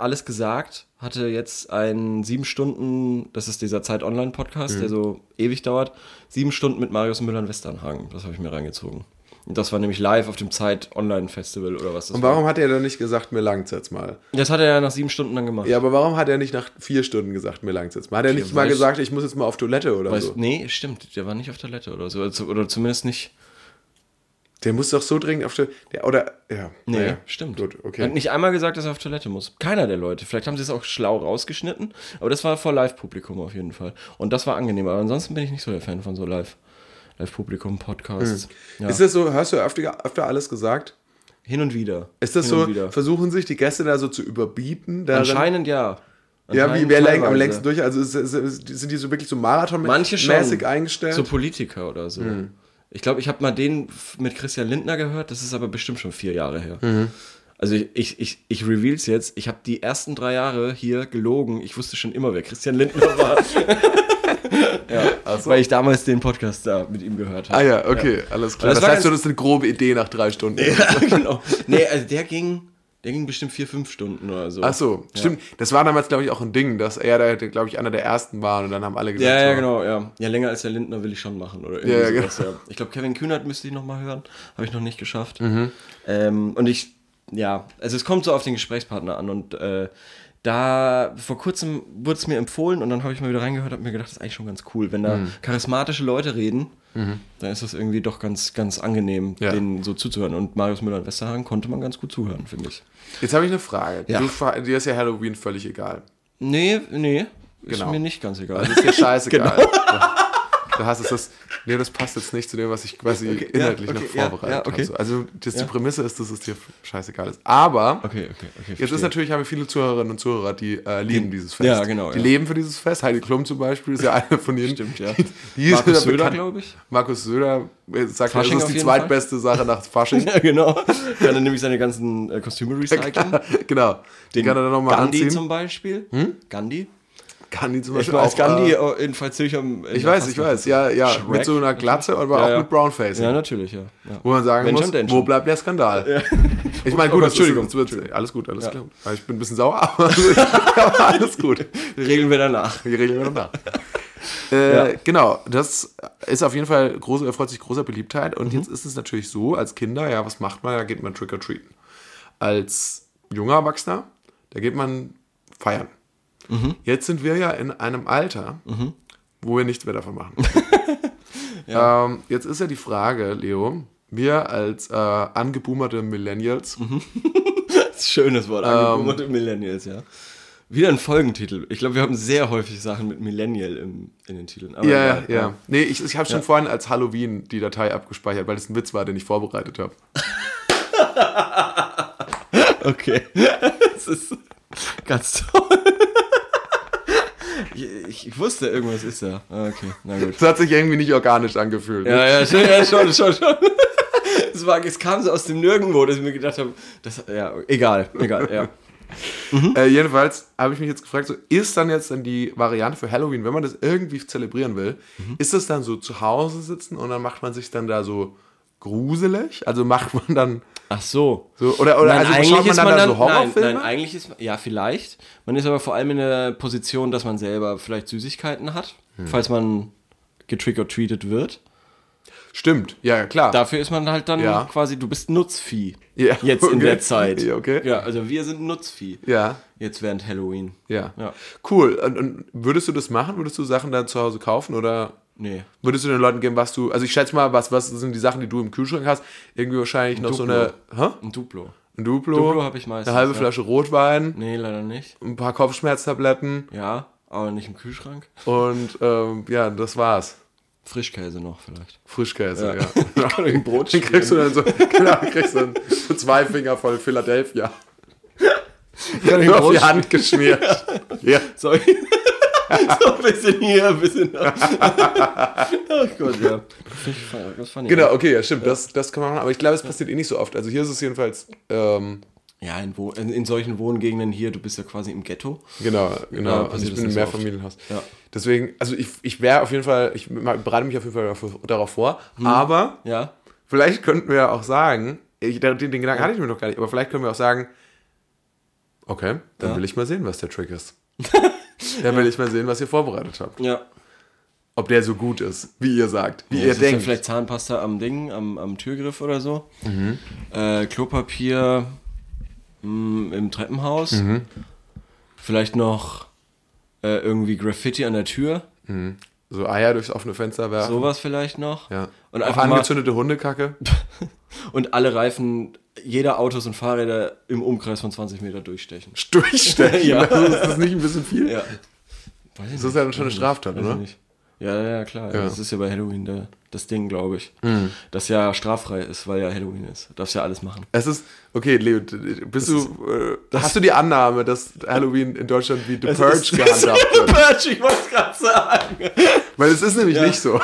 Speaker 1: alles gesagt, hatte jetzt einen sieben Stunden, das ist dieser Zeit-Online-Podcast,
Speaker 3: Mhm.
Speaker 1: der so ewig dauert, sieben Stunden mit Marius Müller in Westernhagen. Das habe ich mir reingezogen. Und das war nämlich live auf dem Zeit-Online-Festival oder was das
Speaker 3: Und warum hat er dann nicht gesagt, mir langt's jetzt mal?
Speaker 1: war. Das hat er ja nach sieben Stunden dann gemacht.
Speaker 3: Ja, aber warum hat er nicht nach vier Stunden gesagt, mir langt's jetzt mal? Hat er nicht
Speaker 1: Ja,
Speaker 3: mal
Speaker 1: weiß-
Speaker 3: gesagt, ich muss jetzt mal auf Toilette oder
Speaker 1: Weiß,
Speaker 3: so?
Speaker 1: Also, Nee, stimmt, der war nicht auf Toilette oder so. Oder zumindest nicht
Speaker 3: Der muss doch so dringend auf der. der oder. Ja.
Speaker 1: Nee,
Speaker 3: naja.
Speaker 1: stimmt.
Speaker 3: Gut,
Speaker 1: Er
Speaker 3: okay.
Speaker 1: hat nicht einmal gesagt, dass er auf Toilette muss. Keiner der Leute. Vielleicht haben sie es auch schlau rausgeschnitten, aber das war vor Live-Publikum auf jeden Fall. Und das war angenehm. Aber ansonsten bin ich nicht so der Fan von so Live- Live-Publikum-Podcasts. Ja.
Speaker 3: Hm. Ist das so, hörst du öfter, öfter alles gesagt?
Speaker 1: Hin und wieder.
Speaker 3: Ist das
Speaker 1: Hin
Speaker 3: so,
Speaker 1: und wieder.
Speaker 3: versuchen sich die Gäste da so zu überbieten? darin-
Speaker 1: Anscheinend ja.
Speaker 3: Ja, wie
Speaker 1: Anscheinend
Speaker 3: wer lang, am
Speaker 1: teilweise.
Speaker 3: längsten durch? Also ist, ist, ist, sind die so wirklich so
Speaker 1: Manche schon.
Speaker 3: Marathon-mäßig eingestellt? Mhm.
Speaker 1: So Politiker oder so. Ich glaube, ich habe mal den f- mit Christian Lindner gehört, das ist aber bestimmt schon vier Jahre her.
Speaker 3: Mhm.
Speaker 1: Also ich, ich, ich, ich reveal's jetzt, ich habe die ersten drei Jahre hier gelogen. Ich wusste schon immer, wer Christian Lindner war. ja, Weil ich damals den Podcast da mit ihm gehört
Speaker 3: ah
Speaker 1: habe.
Speaker 3: ja, okay, alles klar.
Speaker 1: Also Das
Speaker 3: Das,
Speaker 1: war
Speaker 3: heißt,
Speaker 1: ganz-
Speaker 3: das ist eine grobe Idee nach drei Stunden.
Speaker 1: genau. Nee, also der ging, der ging bestimmt vier, fünf Stunden oder so.
Speaker 3: Ach so, stimmt. Das war damals, glaube ich, auch ein Ding, dass er da, glaube ich, einer der ersten war und dann haben alle gesagt,
Speaker 1: Ja, ja,
Speaker 3: so,
Speaker 1: genau, ja. Ja, länger als der Lindner will ich schon machen, oder irgendwie
Speaker 3: Ja, genau. ja,
Speaker 1: sowas, ja. Ich glaube, Kevin Kühnert müsste ich nochmal hören. Habe ich noch nicht geschafft.
Speaker 3: Mhm.
Speaker 1: Ähm, und ich, ja, also es kommt so auf den Gesprächspartner an und äh, da, vor kurzem wurde es mir empfohlen und dann habe ich mal wieder reingehört und mir gedacht, das ist eigentlich schon ganz cool. Wenn da
Speaker 3: Mhm.
Speaker 1: charismatische Leute reden, dann ist das irgendwie doch ganz, ganz angenehm,
Speaker 3: Ja.
Speaker 1: denen so zuzuhören. Und Marius Müller in Westerhagen konnte man ganz gut zuhören, finde ich.
Speaker 3: Jetzt habe ich eine Frage.
Speaker 1: Ja.
Speaker 3: Du, fra- dir ist ja Halloween völlig egal.
Speaker 1: Nee, nee,
Speaker 3: Genau.
Speaker 1: ist mir nicht ganz egal.
Speaker 3: Das ist dir scheißegal.
Speaker 1: Genau.
Speaker 3: Du hast es das. Nee, das passt jetzt nicht zu dem, was ich quasi inhaltlich
Speaker 1: ja,
Speaker 3: noch
Speaker 1: okay, ja,
Speaker 3: vorbereitet
Speaker 1: ja, okay.
Speaker 3: habe. So, Also das,
Speaker 1: Ja.
Speaker 3: die Prämisse ist, dass es dir scheißegal ist. Aber
Speaker 1: Okay, okay, okay.
Speaker 3: jetzt ist
Speaker 1: verstehe.
Speaker 3: natürlich, haben wir viele Zuhörerinnen und Zuhörer, die äh, lieben dieses Fest.
Speaker 1: Ja, genau,
Speaker 3: Die
Speaker 1: ja.
Speaker 3: leben für dieses Fest. Heidi Klum zum Beispiel ist ja eine von ihnen.
Speaker 1: Stimmt, ja.
Speaker 3: Die ist
Speaker 1: Markus
Speaker 3: Markus
Speaker 1: Söder,
Speaker 3: Söder,
Speaker 1: glaube ich.
Speaker 3: Markus Söder äh, sagt, ja, das
Speaker 1: Fasching
Speaker 3: ist
Speaker 1: auf
Speaker 3: die
Speaker 1: jeden Fall.
Speaker 3: zweitbeste Sache nach Fasching.
Speaker 1: Ja, genau. Kann er nämlich seine ganzen äh, Kostüme recyceln.
Speaker 3: genau. Den kann er dann nochmal
Speaker 1: Gandhi
Speaker 3: anziehen.
Speaker 1: zum Beispiel. Gandhi?
Speaker 3: Gandhi zum
Speaker 1: Ich war als
Speaker 3: auch,
Speaker 1: Gandhi
Speaker 3: äh,
Speaker 1: äh, in Verzögerung.
Speaker 3: Ich weiß, ich weiß, ja, ja.
Speaker 1: Shrek.
Speaker 3: Mit so einer Glatze, aber
Speaker 1: Ja,
Speaker 3: auch
Speaker 1: ja.
Speaker 3: mit Brownface.
Speaker 1: Ja, natürlich, ja. ja.
Speaker 3: Wo man sagen
Speaker 1: Wenn
Speaker 3: muss,
Speaker 1: schon, denn
Speaker 3: wo
Speaker 1: schon.
Speaker 3: bleibt der Skandal? Ich meine,
Speaker 1: Oh Gott,
Speaker 3: gut, das ist,
Speaker 1: Entschuldigung,
Speaker 3: das wird, alles gut, alles klar. Ja, Ich bin ein bisschen sauer, aber, aber alles gut.
Speaker 1: Regeln wir danach.
Speaker 3: Die regeln wir noch nach. Äh, Genau, das ist auf jeden Fall, große, erfreut sich großer Beliebtheit. Und jetzt ist es natürlich so, als Kinder, ja, was macht man? Da geht man Trick-or-Treaten. Als junger Erwachsener, da geht man feiern. Jetzt sind wir ja in einem Alter, wo wir nichts mehr davon machen. ähm, jetzt ist ja die Frage, Leo, wir als äh, angeboomerte Millennials,
Speaker 1: Das ist ein schönes
Speaker 3: Ähm,
Speaker 1: Wort. Angeboomerte Millennials, ja. Wieder ein Folgentitel. Ich glaube, wir haben sehr häufig Sachen mit Millennial im, in den Titeln. Aber
Speaker 3: Ja, ja,
Speaker 1: egal,
Speaker 3: ja. Nee, ich, ich habe schon vorhin als Halloween die Datei abgespeichert, weil das ein Witz war, den ich vorbereitet habe.
Speaker 1: Okay. Das ist ganz toll. Ich, ich wusste, irgendwas ist da. Ah, Okay, na gut.
Speaker 3: Das hat sich irgendwie nicht organisch angefühlt. ne?
Speaker 1: Ja, ja, schon, ja, schon, schon, schon. Es, war, es kam so aus dem Nirgendwo, dass ich mir gedacht habe, das, ja, egal, egal, ja.
Speaker 3: Äh, jedenfalls habe ich mich jetzt gefragt, so, ist dann jetzt dann die Variante für Halloween, wenn man das irgendwie zelebrieren will,
Speaker 1: Mhm.
Speaker 3: ist das dann so zu Hause sitzen und dann macht man sich dann da so gruselig? Also macht man dann
Speaker 1: Ach so.
Speaker 3: so, oder, oder also schaut man dann, da so Horrorfilme?
Speaker 1: nein, nein, eigentlich ist man, ja, vielleicht. Man ist aber vor allem in der Position, dass man selber vielleicht Süßigkeiten hat,
Speaker 3: Hm.
Speaker 1: falls man getrick-or-treated wird.
Speaker 3: Stimmt, ja, klar.
Speaker 1: Dafür ist man halt dann
Speaker 3: Ja.
Speaker 1: quasi, du bist Nutzvieh.
Speaker 3: Ja,
Speaker 1: Jetzt in
Speaker 3: okay.
Speaker 1: der Zeit.
Speaker 3: Ja, okay.
Speaker 1: Ja, also wir sind Nutzvieh.
Speaker 3: ja.
Speaker 1: Jetzt während Halloween.
Speaker 3: Ja.
Speaker 1: Ja.
Speaker 3: Cool. Und, und würdest du das machen? Würdest du Sachen dann zu Hause kaufen oder
Speaker 1: Nee.
Speaker 3: Würdest du den Leuten geben, was du, also ich schätze mal, was, was sind die Sachen, die du im Kühlschrank hast? Irgendwie wahrscheinlich noch so eine, hä?
Speaker 1: Ein Duplo.
Speaker 3: Ein Duplo,
Speaker 1: Duplo hab ich meistens,
Speaker 3: eine halbe
Speaker 1: ja.
Speaker 3: Flasche Rotwein,
Speaker 1: Nee, leider nicht.
Speaker 3: ein paar Kopfschmerztabletten
Speaker 1: Ja, aber nicht im Kühlschrank.
Speaker 3: und ähm, ja, das war's.
Speaker 1: Frischkäse noch vielleicht.
Speaker 3: Frischkäse, ja.
Speaker 1: Kann ich ein Brot
Speaker 3: Dann kriegst du dann so, genau, kriegst dann so zwei Finger voll Philadelphia.
Speaker 1: ich
Speaker 3: Auf die
Speaker 1: Brot
Speaker 3: Hand geschmiert. ja.
Speaker 1: So, so ein bisschen hier, ein bisschen da. Ach Gott, ja. Das fand ich
Speaker 3: Genau, okay, ja, stimmt, das, das kann man machen, aber ich glaube, es passiert eh nicht so oft. Also hier ist es jedenfalls, ähm,
Speaker 1: Ja, in, Wo in, in solchen Wohngegenden hier, du bist ja quasi im Ghetto.
Speaker 3: Genau, genau.
Speaker 1: Ja,
Speaker 3: also
Speaker 1: passiert das
Speaker 3: ich bin im
Speaker 1: nicht so
Speaker 3: Mehrfamilienhaus.
Speaker 1: Ja.
Speaker 3: Deswegen, also ich, ich wäre auf jeden Fall, ich bereite mich auf jeden Fall dafür- darauf vor,
Speaker 1: Mhm.
Speaker 3: aber
Speaker 1: Ja.
Speaker 3: vielleicht könnten wir ja auch sagen, ich, den, den Gedanken hatte ich mir noch gar nicht, aber vielleicht können wir auch sagen, okay, dann
Speaker 1: Ja.
Speaker 3: will ich mal sehen, was der Trick ist. dann will ich mal sehen, was ihr vorbereitet habt.
Speaker 1: Ja.
Speaker 3: Ob der so gut ist, wie ihr sagt, wie
Speaker 1: Das
Speaker 3: ihr
Speaker 1: ist dann
Speaker 3: denkt.
Speaker 1: vielleicht Zahnpasta am Ding, am, am Türgriff oder so. Äh, Klopapier mh, im Treppenhaus. Vielleicht noch äh, irgendwie Graffiti an der Tür.
Speaker 3: So Eier durchs offene Fenster werfen.
Speaker 1: Sowas vielleicht noch.
Speaker 3: Ja.
Speaker 1: Und
Speaker 3: Auch
Speaker 1: einfach mal,
Speaker 3: angezündete Hundekacke.
Speaker 1: und alle Reifen jeder Autos und Fahrräder im Umkreis von 20 Meter durchstechen.
Speaker 3: Durchstechen.
Speaker 1: Ja.
Speaker 3: Das ist das nicht ein bisschen viel?
Speaker 1: Ja. Weiß ich
Speaker 3: Das ist ja dann schon eine Straftat,
Speaker 1: Weiß ich
Speaker 3: oder?
Speaker 1: nicht. Ja, ja, klar.
Speaker 3: Ja. Mhm.
Speaker 1: Das ist ja bei Halloween der, das Ding, glaube ich. Das ja straffrei ist, weil ja Halloween ist. Darfst ja alles machen.
Speaker 3: Es ist, okay, Leo, d- bist du, äh, hast du die Annahme, dass Halloween in Deutschland wie The Purge gehandhabt wird?
Speaker 1: Purge, ich wollte es gerade sagen.
Speaker 3: Weil es ist nämlich nicht so.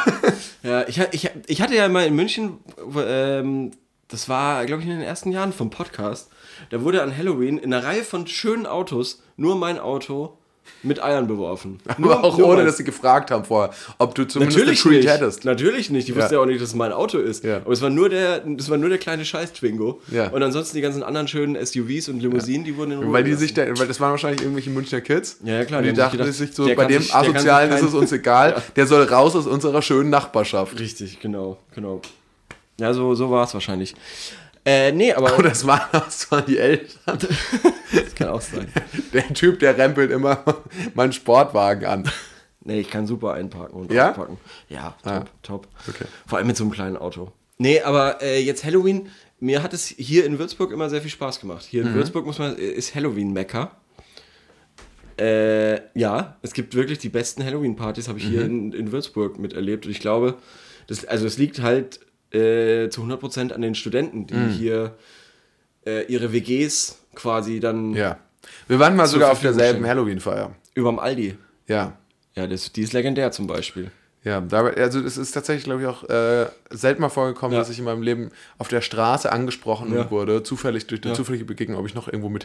Speaker 1: Ja, ich, ha- ich, ha- ich hatte ja mal in München, ähm, das war, glaube ich, in den ersten Jahren vom Podcast, da wurde an Halloween in einer Reihe von schönen Autos nur mein Auto mit Eiern beworfen.
Speaker 3: Aber
Speaker 1: nur,
Speaker 3: auch
Speaker 1: nur
Speaker 3: ohne,
Speaker 1: mein-
Speaker 3: dass sie gefragt haben vorher, ob du zumindest
Speaker 1: Natürlich
Speaker 3: eine Treat
Speaker 1: nicht.
Speaker 3: hättest.
Speaker 1: Natürlich nicht. Die wusste ja. auch nicht, dass es mein Auto ist.
Speaker 3: Ja.
Speaker 1: Aber es war nur der, das war nur der kleine Scheiß-Twingo.
Speaker 3: Ja.
Speaker 1: Und ansonsten die ganzen anderen schönen SUVs und Limousinen, die wurden in Ruhe
Speaker 3: Weil die
Speaker 1: gelassen.
Speaker 3: sich da, weil das waren wahrscheinlich irgendwelche Münchner Kids.
Speaker 1: Ja, ja, klar,
Speaker 3: Und die
Speaker 1: die haben
Speaker 3: dachten
Speaker 1: sich
Speaker 3: sich
Speaker 1: gedacht,
Speaker 3: so,
Speaker 1: der
Speaker 3: bei
Speaker 1: kann
Speaker 3: dem
Speaker 1: sich- der kann sich
Speaker 3: Asozialen ist
Speaker 1: kein-
Speaker 3: es uns egal, der soll raus aus unserer schönen Nachbarschaft.
Speaker 1: Richtig, genau, genau. Ja, so, so war es wahrscheinlich. Äh, nee, aber
Speaker 3: Und das waren auch so die Eltern.
Speaker 1: das kann auch sein.
Speaker 3: Der Typ, der rempelt immer meinen Sportwagen an.
Speaker 1: Nee, ich kann super einparken und
Speaker 3: Ja? Ah.
Speaker 1: auspacken. Ja, top, top.
Speaker 3: Okay.
Speaker 1: Vor allem mit so einem kleinen Auto. Nee, aber äh, jetzt Halloween, mir hat es hier in Würzburg immer sehr viel Spaß gemacht. Hier in
Speaker 3: Mhm.
Speaker 1: Würzburg muss man, äh, ist Halloween-Mecker. Äh, ja, es gibt wirklich die besten Halloween-Partys, habe ich hier in,
Speaker 3: Mhm.
Speaker 1: in Würzburg miterlebt. Und ich glaube, das, also es liegt halt äh, zu 100% an den Studenten,
Speaker 3: Mhm.
Speaker 1: die hier äh, ihre WGs quasi dann
Speaker 3: Ja. Wir waren mal sogar auf
Speaker 1: Verfügung
Speaker 3: derselben
Speaker 1: stellen.
Speaker 3: Halloween-Feier.
Speaker 1: überm Aldi.
Speaker 3: Ja.
Speaker 1: Ja, das, die ist legendär zum Beispiel.
Speaker 3: Ja, dabei, also es ist tatsächlich, glaube ich, auch äh, selten mal vorgekommen,
Speaker 1: Ja.
Speaker 3: dass ich in meinem Leben auf der Straße angesprochen
Speaker 1: Ja.
Speaker 3: wurde, zufällig durch eine
Speaker 1: Ja.
Speaker 3: zufällige Begegnung, ob ich noch irgendwo mit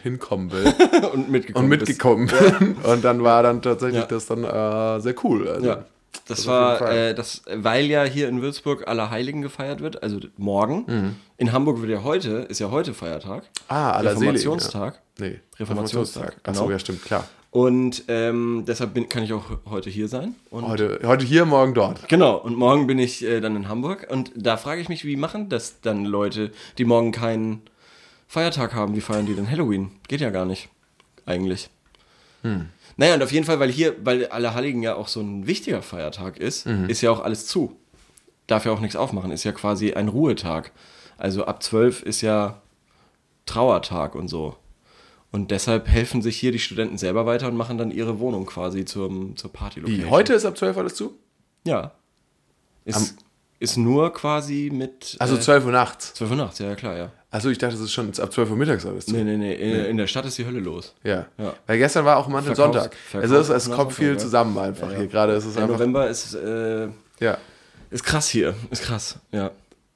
Speaker 3: hinkommen will.
Speaker 1: Und mitgekommen.
Speaker 3: und
Speaker 1: bist.
Speaker 3: mitgekommen bin. Und dann war dann tatsächlich
Speaker 1: Ja.
Speaker 3: das dann äh, sehr cool. Also,
Speaker 1: Ja. Das
Speaker 3: auf
Speaker 1: war,
Speaker 3: jeden Fall.
Speaker 1: äh, das, weil ja hier in Würzburg Allerheiligen gefeiert wird, also morgen. In Hamburg wird ja heute, ist ja heute Feiertag.
Speaker 3: Mhm. Ah, Allerseeligen,
Speaker 1: Reformationstag.
Speaker 3: Nee,
Speaker 1: Reformationstag,
Speaker 3: Achso,
Speaker 1: genau.
Speaker 3: ja, stimmt, klar.
Speaker 1: Und ähm, deshalb bin, kann ich auch heute hier sein. Und
Speaker 3: Heute, heute hier, morgen dort.
Speaker 1: Genau, und morgen bin ich äh, dann in Hamburg. Und da frage ich mich, wie machen das dann Leute, die morgen keinen Feiertag haben? Wie feiern die denn Halloween? Geht ja gar nicht, eigentlich.
Speaker 3: Hm.
Speaker 1: Naja, und auf jeden Fall, weil hier, weil Allerheiligen ja auch so ein wichtiger Feiertag ist,
Speaker 3: Mhm.
Speaker 1: ist ja auch alles zu. Darf ja auch nichts aufmachen, ist ja quasi ein Ruhetag. Also ab 12 ist ja Trauertag und so. Und deshalb helfen sich hier die Studenten selber weiter und machen dann ihre Wohnung quasi zum, zur Party.
Speaker 3: Wie, heute ist ab 12 alles zu?
Speaker 1: Ja. Ist, ist nur quasi mit.
Speaker 3: Also
Speaker 1: äh,
Speaker 3: 12 Uhr nachts.
Speaker 1: 12 Uhr nachts, ja, ja, klar, ja.
Speaker 3: Achso, ich dachte, es ist schon ab 12 Uhr mittags alles zu.
Speaker 1: Nee, nee, nee, in, in der Stadt ist die Hölle los.
Speaker 3: Ja.
Speaker 1: Ja.
Speaker 3: Weil gestern war auch immer ein
Speaker 1: Verkaufs-
Speaker 3: Sonntag.
Speaker 1: Verkaufs-
Speaker 3: Also es, es kommt
Speaker 1: Sonntag,
Speaker 3: viel
Speaker 1: ja.
Speaker 3: zusammen einfach hier gerade. Es ist
Speaker 1: Der
Speaker 3: einfach.
Speaker 1: November ist, äh,
Speaker 3: Ja.
Speaker 1: ist krass hier, ist krass, ja.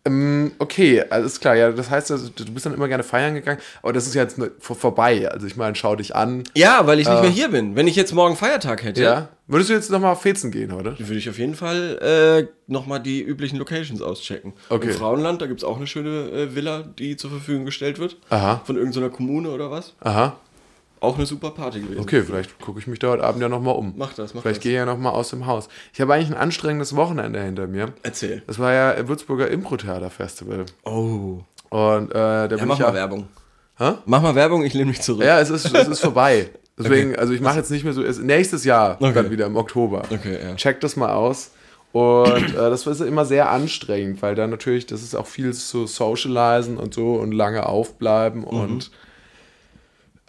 Speaker 3: Ähm, okay, alles klar. Ja, das heißt, also, du bist dann immer gerne feiern gegangen, aber das ist jetzt ne, vor, vorbei. Also ich meine, schau dich an.
Speaker 1: Ja, weil ich nicht mehr hier bin. Wenn ich jetzt morgen Feiertag hätte,
Speaker 3: Ja. Würdest du jetzt nochmal fetzen gehen heute?
Speaker 1: würde ich auf jeden Fall äh, nochmal die üblichen Locations auschecken.
Speaker 3: Okay.
Speaker 1: Im Frauenland, da gibt es auch eine schöne äh, Villa, die zur Verfügung gestellt wird.
Speaker 3: Aha.
Speaker 1: Von irgendeiner Kommune oder was.
Speaker 3: Aha.
Speaker 1: Auch eine super Party gewesen.
Speaker 3: Okay, vielleicht gucke ich mich da heute Abend ja nochmal um.
Speaker 1: Mach das, mach
Speaker 3: Vielleicht
Speaker 1: das.
Speaker 3: gehe ich ja nochmal aus dem Haus. Ich habe eigentlich ein anstrengendes Wochenende hinter mir.
Speaker 1: Erzähl.
Speaker 3: Das war ja Würzburger Impro-Theater Festival.
Speaker 1: Oh.
Speaker 3: Und äh, da bin
Speaker 1: Ja, mach
Speaker 3: ich ja.
Speaker 1: mal Werbung.
Speaker 3: Hä?
Speaker 1: Mach mal Werbung, ich lehne mich zurück.
Speaker 3: Ja, es ist, es ist vorbei. Deswegen, also ich mache jetzt nicht mehr so. Es, nächstes Jahr
Speaker 1: Okay.
Speaker 3: dann wieder im Oktober.
Speaker 1: Okay, ja.
Speaker 3: Check das mal aus. Und äh, das ist immer sehr anstrengend, weil da natürlich, das ist auch viel zu socialisen und so und lange aufbleiben.
Speaker 1: Mhm.
Speaker 3: Und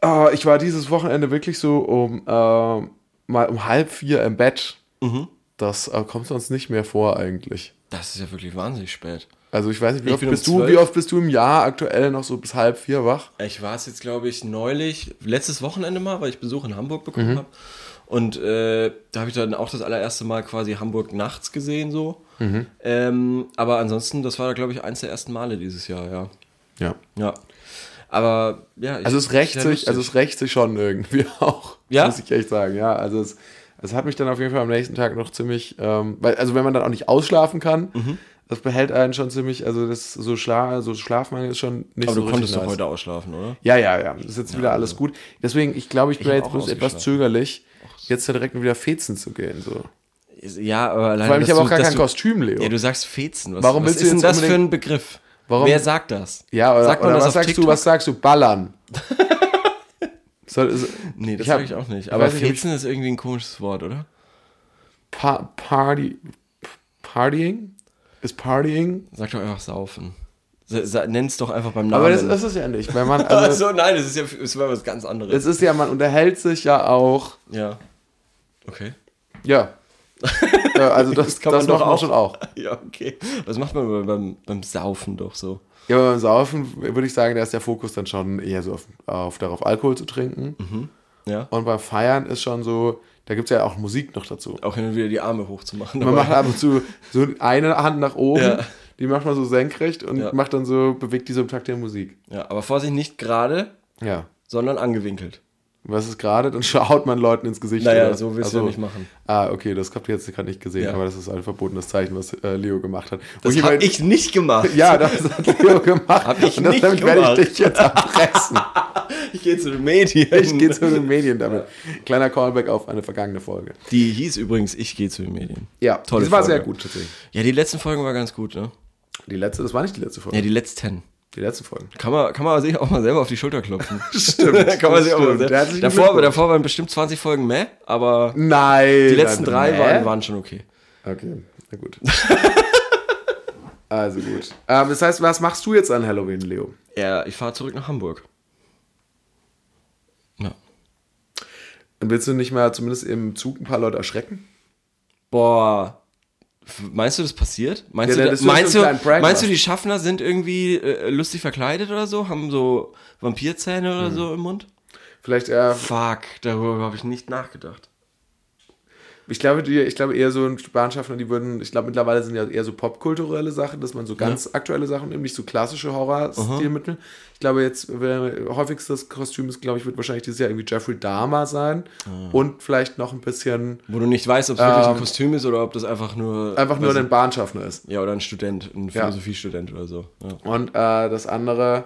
Speaker 3: äh, ich war dieses Wochenende wirklich so um äh, mal um halb vier im Bett.
Speaker 1: Mhm.
Speaker 3: Das äh, kommt sonst nicht mehr vor eigentlich.
Speaker 1: Das ist ja wirklich wahnsinnig spät.
Speaker 3: Also ich weiß nicht, wie
Speaker 1: Ich
Speaker 3: oft,
Speaker 1: bin um
Speaker 3: bist du, wie
Speaker 1: 12.
Speaker 3: oft bist du im Jahr aktuell noch so bis halb vier wach?
Speaker 1: Ich war es jetzt, glaube ich, neulich, letztes Wochenende mal, weil ich Besuch in Hamburg bekommen
Speaker 3: Mhm.
Speaker 1: habe. Und äh, da habe ich dann auch das allererste Mal quasi Hamburg nachts gesehen, so.
Speaker 3: Mhm.
Speaker 1: Ähm, aber ansonsten, das war, glaube ich, eins der ersten Male dieses Jahr, ja.
Speaker 3: Ja.
Speaker 1: Ja. Aber ja, ich,
Speaker 3: Also es rächt
Speaker 1: sehr
Speaker 3: sich,
Speaker 1: lustig.
Speaker 3: also es rächt sich schon irgendwie auch.
Speaker 1: Ja?
Speaker 3: Muss ich echt sagen, ja. Also es, es hat mich dann auf jeden Fall am nächsten Tag noch ziemlich, ähm, weil, also wenn man dann auch nicht ausschlafen kann,
Speaker 1: Mhm.
Speaker 3: das behält einen schon ziemlich, also das so, Schla so Schlafmangel ist schon nicht
Speaker 1: aber
Speaker 3: so
Speaker 1: du konntest
Speaker 3: richtig
Speaker 1: doch
Speaker 3: nice.
Speaker 1: heute ausschlafen, oder?
Speaker 3: Ja, ja, ja. Das ist jetzt wieder alles gut. Deswegen, ich glaube, ich bin
Speaker 1: hab
Speaker 3: jetzt
Speaker 1: auch
Speaker 3: bloß etwas
Speaker 1: ausgeschlafen.
Speaker 3: zögerlich, jetzt dann direkt wieder fetzen zu gehen. So.
Speaker 1: Ja, aber allein.
Speaker 3: Vor allem, ich
Speaker 1: dass
Speaker 3: habe auch
Speaker 1: du-
Speaker 3: gar
Speaker 1: dass
Speaker 3: kein
Speaker 1: du-
Speaker 3: Kostüm, Leo.
Speaker 1: Ja, du sagst Fetzen. Was,
Speaker 3: Warum
Speaker 1: was
Speaker 3: willst du
Speaker 1: ist denn
Speaker 3: jetzt
Speaker 1: das für
Speaker 3: unbedingt-
Speaker 1: ein Begriff?
Speaker 3: Warum-
Speaker 1: Wer sagt das?
Speaker 3: Ja, oder,
Speaker 1: sagt man
Speaker 3: oder
Speaker 1: das
Speaker 3: was
Speaker 1: auf
Speaker 3: sagst
Speaker 1: TikTok?
Speaker 3: du, was sagst du? Ballern. Soll,
Speaker 1: Nee, das
Speaker 3: Ich hab-
Speaker 1: sage ich auch nicht.
Speaker 3: ich
Speaker 1: Aber
Speaker 3: weiß nicht, ob ich-
Speaker 1: Fetzen ist irgendwie ein komisches Wort, oder?
Speaker 3: Pa Party. Partying? Ist Partying?
Speaker 1: Sag doch einfach saufen. Sa- sa- Nenn's doch einfach beim Namen.
Speaker 3: Aber das, das ist ja nicht. Weil man,
Speaker 1: Ach
Speaker 3: also,
Speaker 1: so, nein, das ist ja das war was ganz anderes.
Speaker 3: es ist ja, man unterhält sich ja auch.
Speaker 1: ja. Okay.
Speaker 3: Ja. ja also das, das,
Speaker 1: kann man doch
Speaker 3: macht man
Speaker 1: auch.
Speaker 3: schon auch.
Speaker 1: Ja, okay. Was macht man beim, beim, beim Saufen doch so?
Speaker 3: Ja, aber beim Saufen würde ich sagen, da ist der Fokus dann schon eher so auf, auf darauf, Alkohol zu trinken.
Speaker 1: Mhm. Ja.
Speaker 3: Und beim Feiern ist schon so, da gibt es ja auch Musik noch dazu.
Speaker 1: Auch hin und wieder die Arme hochzumachen.
Speaker 3: Man
Speaker 1: aber-
Speaker 3: macht ab und zu so eine Hand nach oben,
Speaker 1: Ja.
Speaker 3: die macht man so senkrecht und
Speaker 1: Ja.
Speaker 3: macht dann so, bewegt die so im Takt der Musik.
Speaker 1: ja, aber Vorsicht, nicht gerade,
Speaker 3: Ja.
Speaker 1: sondern angewinkelt.
Speaker 3: Was ist gerade? Dann schaut man Leuten ins Gesicht.
Speaker 1: Naja,
Speaker 3: oder?
Speaker 1: so willst
Speaker 3: Ach
Speaker 1: du ja nicht machen.
Speaker 3: Ah, okay, das habt ihr jetzt gerade nicht gesehen,
Speaker 1: Ja.
Speaker 3: aber das ist ein verbotenes Zeichen, was äh, Leo gemacht hat.
Speaker 1: Das
Speaker 3: Und
Speaker 1: hab
Speaker 3: jemand-
Speaker 1: ich nicht gemacht.
Speaker 3: Ja, das hat Leo gemacht.
Speaker 1: Hab ich
Speaker 3: und das
Speaker 1: nicht
Speaker 3: damit
Speaker 1: gemacht.
Speaker 3: werde ich dich jetzt erpressen.
Speaker 1: Ich gehe zu den Medien.
Speaker 3: Ich gehe zu den Medien damit. Kleiner Callback auf eine vergangene Folge.
Speaker 1: Die hieß übrigens Ich gehe zu den Medien.
Speaker 3: Ja,
Speaker 1: Tolle
Speaker 3: das war
Speaker 1: Folge.
Speaker 3: sehr gut tatsächlich.
Speaker 1: Ja, die letzten Folgen war ganz gut, ne?
Speaker 3: Die letzte, das war nicht die letzte Folge.
Speaker 1: Ja, die letzten.
Speaker 3: Die letzte Folge.
Speaker 1: Kann man, kann man sich auch mal selber auf die Schulter klopfen.
Speaker 3: Stimmt.
Speaker 1: kann man sich auch mal selber.
Speaker 3: Herzlichen
Speaker 1: Davor,
Speaker 3: Glückwunsch.
Speaker 1: davor waren bestimmt 20 Folgen mehr, aber
Speaker 3: Nein.
Speaker 1: die letzten drei
Speaker 3: Hä?
Speaker 1: waren, waren schon okay.
Speaker 3: Okay, na gut. also gut. Ähm, das heißt, was machst du jetzt an Halloween, Leo?
Speaker 1: Ja, ich fahre zurück nach Hamburg. Ja.
Speaker 3: Und willst du nicht mal zumindest im Zug ein paar Leute erschrecken?
Speaker 1: Boah. F- Meinst du, das passiert? Meinst,
Speaker 3: Ja,
Speaker 1: du,
Speaker 3: das ist
Speaker 1: da- meinst,
Speaker 3: so
Speaker 1: du,
Speaker 3: ein kleiner Prank,
Speaker 1: meinst du,
Speaker 3: was?
Speaker 1: die Schaffner sind irgendwie äh, lustig verkleidet oder so? Haben so Vampirzähne oder so im Mund?
Speaker 3: Vielleicht eher,
Speaker 1: Fuck, darüber habe ich nicht nachgedacht.
Speaker 3: ich glaube, die, ich glaube eher so ein Bahnschaffner, die würden, ich glaube mittlerweile sind ja eher so popkulturelle Sachen, dass man so ganz aktuelle Sachen nimmt, nicht so klassische Horror-Stilmittel. Ich glaube jetzt, wäre, häufigstes Kostüm ist, glaube ich, wird wahrscheinlich dieses Jahr irgendwie Jeffrey Dahmer sein
Speaker 1: Ah.
Speaker 3: und vielleicht noch ein bisschen,
Speaker 1: Wo du nicht weißt, ob es wirklich ein
Speaker 3: Ähm,
Speaker 1: Kostüm ist oder ob das einfach nur.
Speaker 3: einfach nur
Speaker 1: weiß
Speaker 3: ein Bahnschaffner ist.
Speaker 1: ich- Ja, oder ein Student, ein
Speaker 3: Ja.
Speaker 1: Philosophiestudent oder so. Ja.
Speaker 3: Und äh, das andere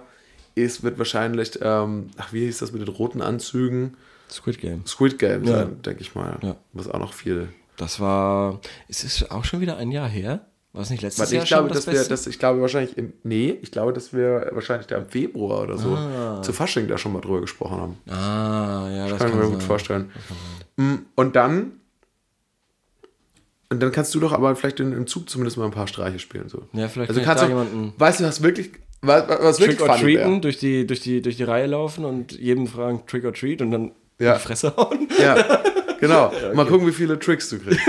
Speaker 3: ist, wird wahrscheinlich, ähm, ach, wie hieß das mit den roten Anzügen?
Speaker 1: Squid Game.
Speaker 3: Squid Game
Speaker 1: Ja.
Speaker 3: sein, denke ich mal.
Speaker 1: Ja.
Speaker 3: Was auch noch viel.
Speaker 1: Das war. Ist es auch schon wieder ein Jahr her? War es nicht letztes
Speaker 3: Warte,
Speaker 1: Jahr
Speaker 3: ich glaube,
Speaker 1: schon das
Speaker 3: dass wir,
Speaker 1: Beste?
Speaker 3: dass, ich glaube wahrscheinlich im, nee, ich glaube, dass wir wahrscheinlich da im Februar oder so zu Fasching da schon mal drüber gesprochen haben.
Speaker 1: ah, ja, Ah. das
Speaker 3: Kann ich
Speaker 1: kann
Speaker 3: mir
Speaker 1: sein.
Speaker 3: gut vorstellen. Mm, Und dann, und dann kannst du doch aber vielleicht in, im Zug zumindest mal ein paar Streiche spielen. So.
Speaker 1: Ja, vielleicht kann
Speaker 3: also
Speaker 1: ich
Speaker 3: kannst
Speaker 1: da
Speaker 3: du,
Speaker 1: jemanden-
Speaker 3: weißt du, was wirklich, was, was wirklich
Speaker 1: Trick or
Speaker 3: funny wär?
Speaker 1: treaten, durch die, durch, die, durch die Reihe laufen und jedem fragen Trick or treat und dann
Speaker 3: Ja.
Speaker 1: in die Fresse hauen.
Speaker 3: Ja, genau. Mal gucken, wie viele Tricks du kriegst.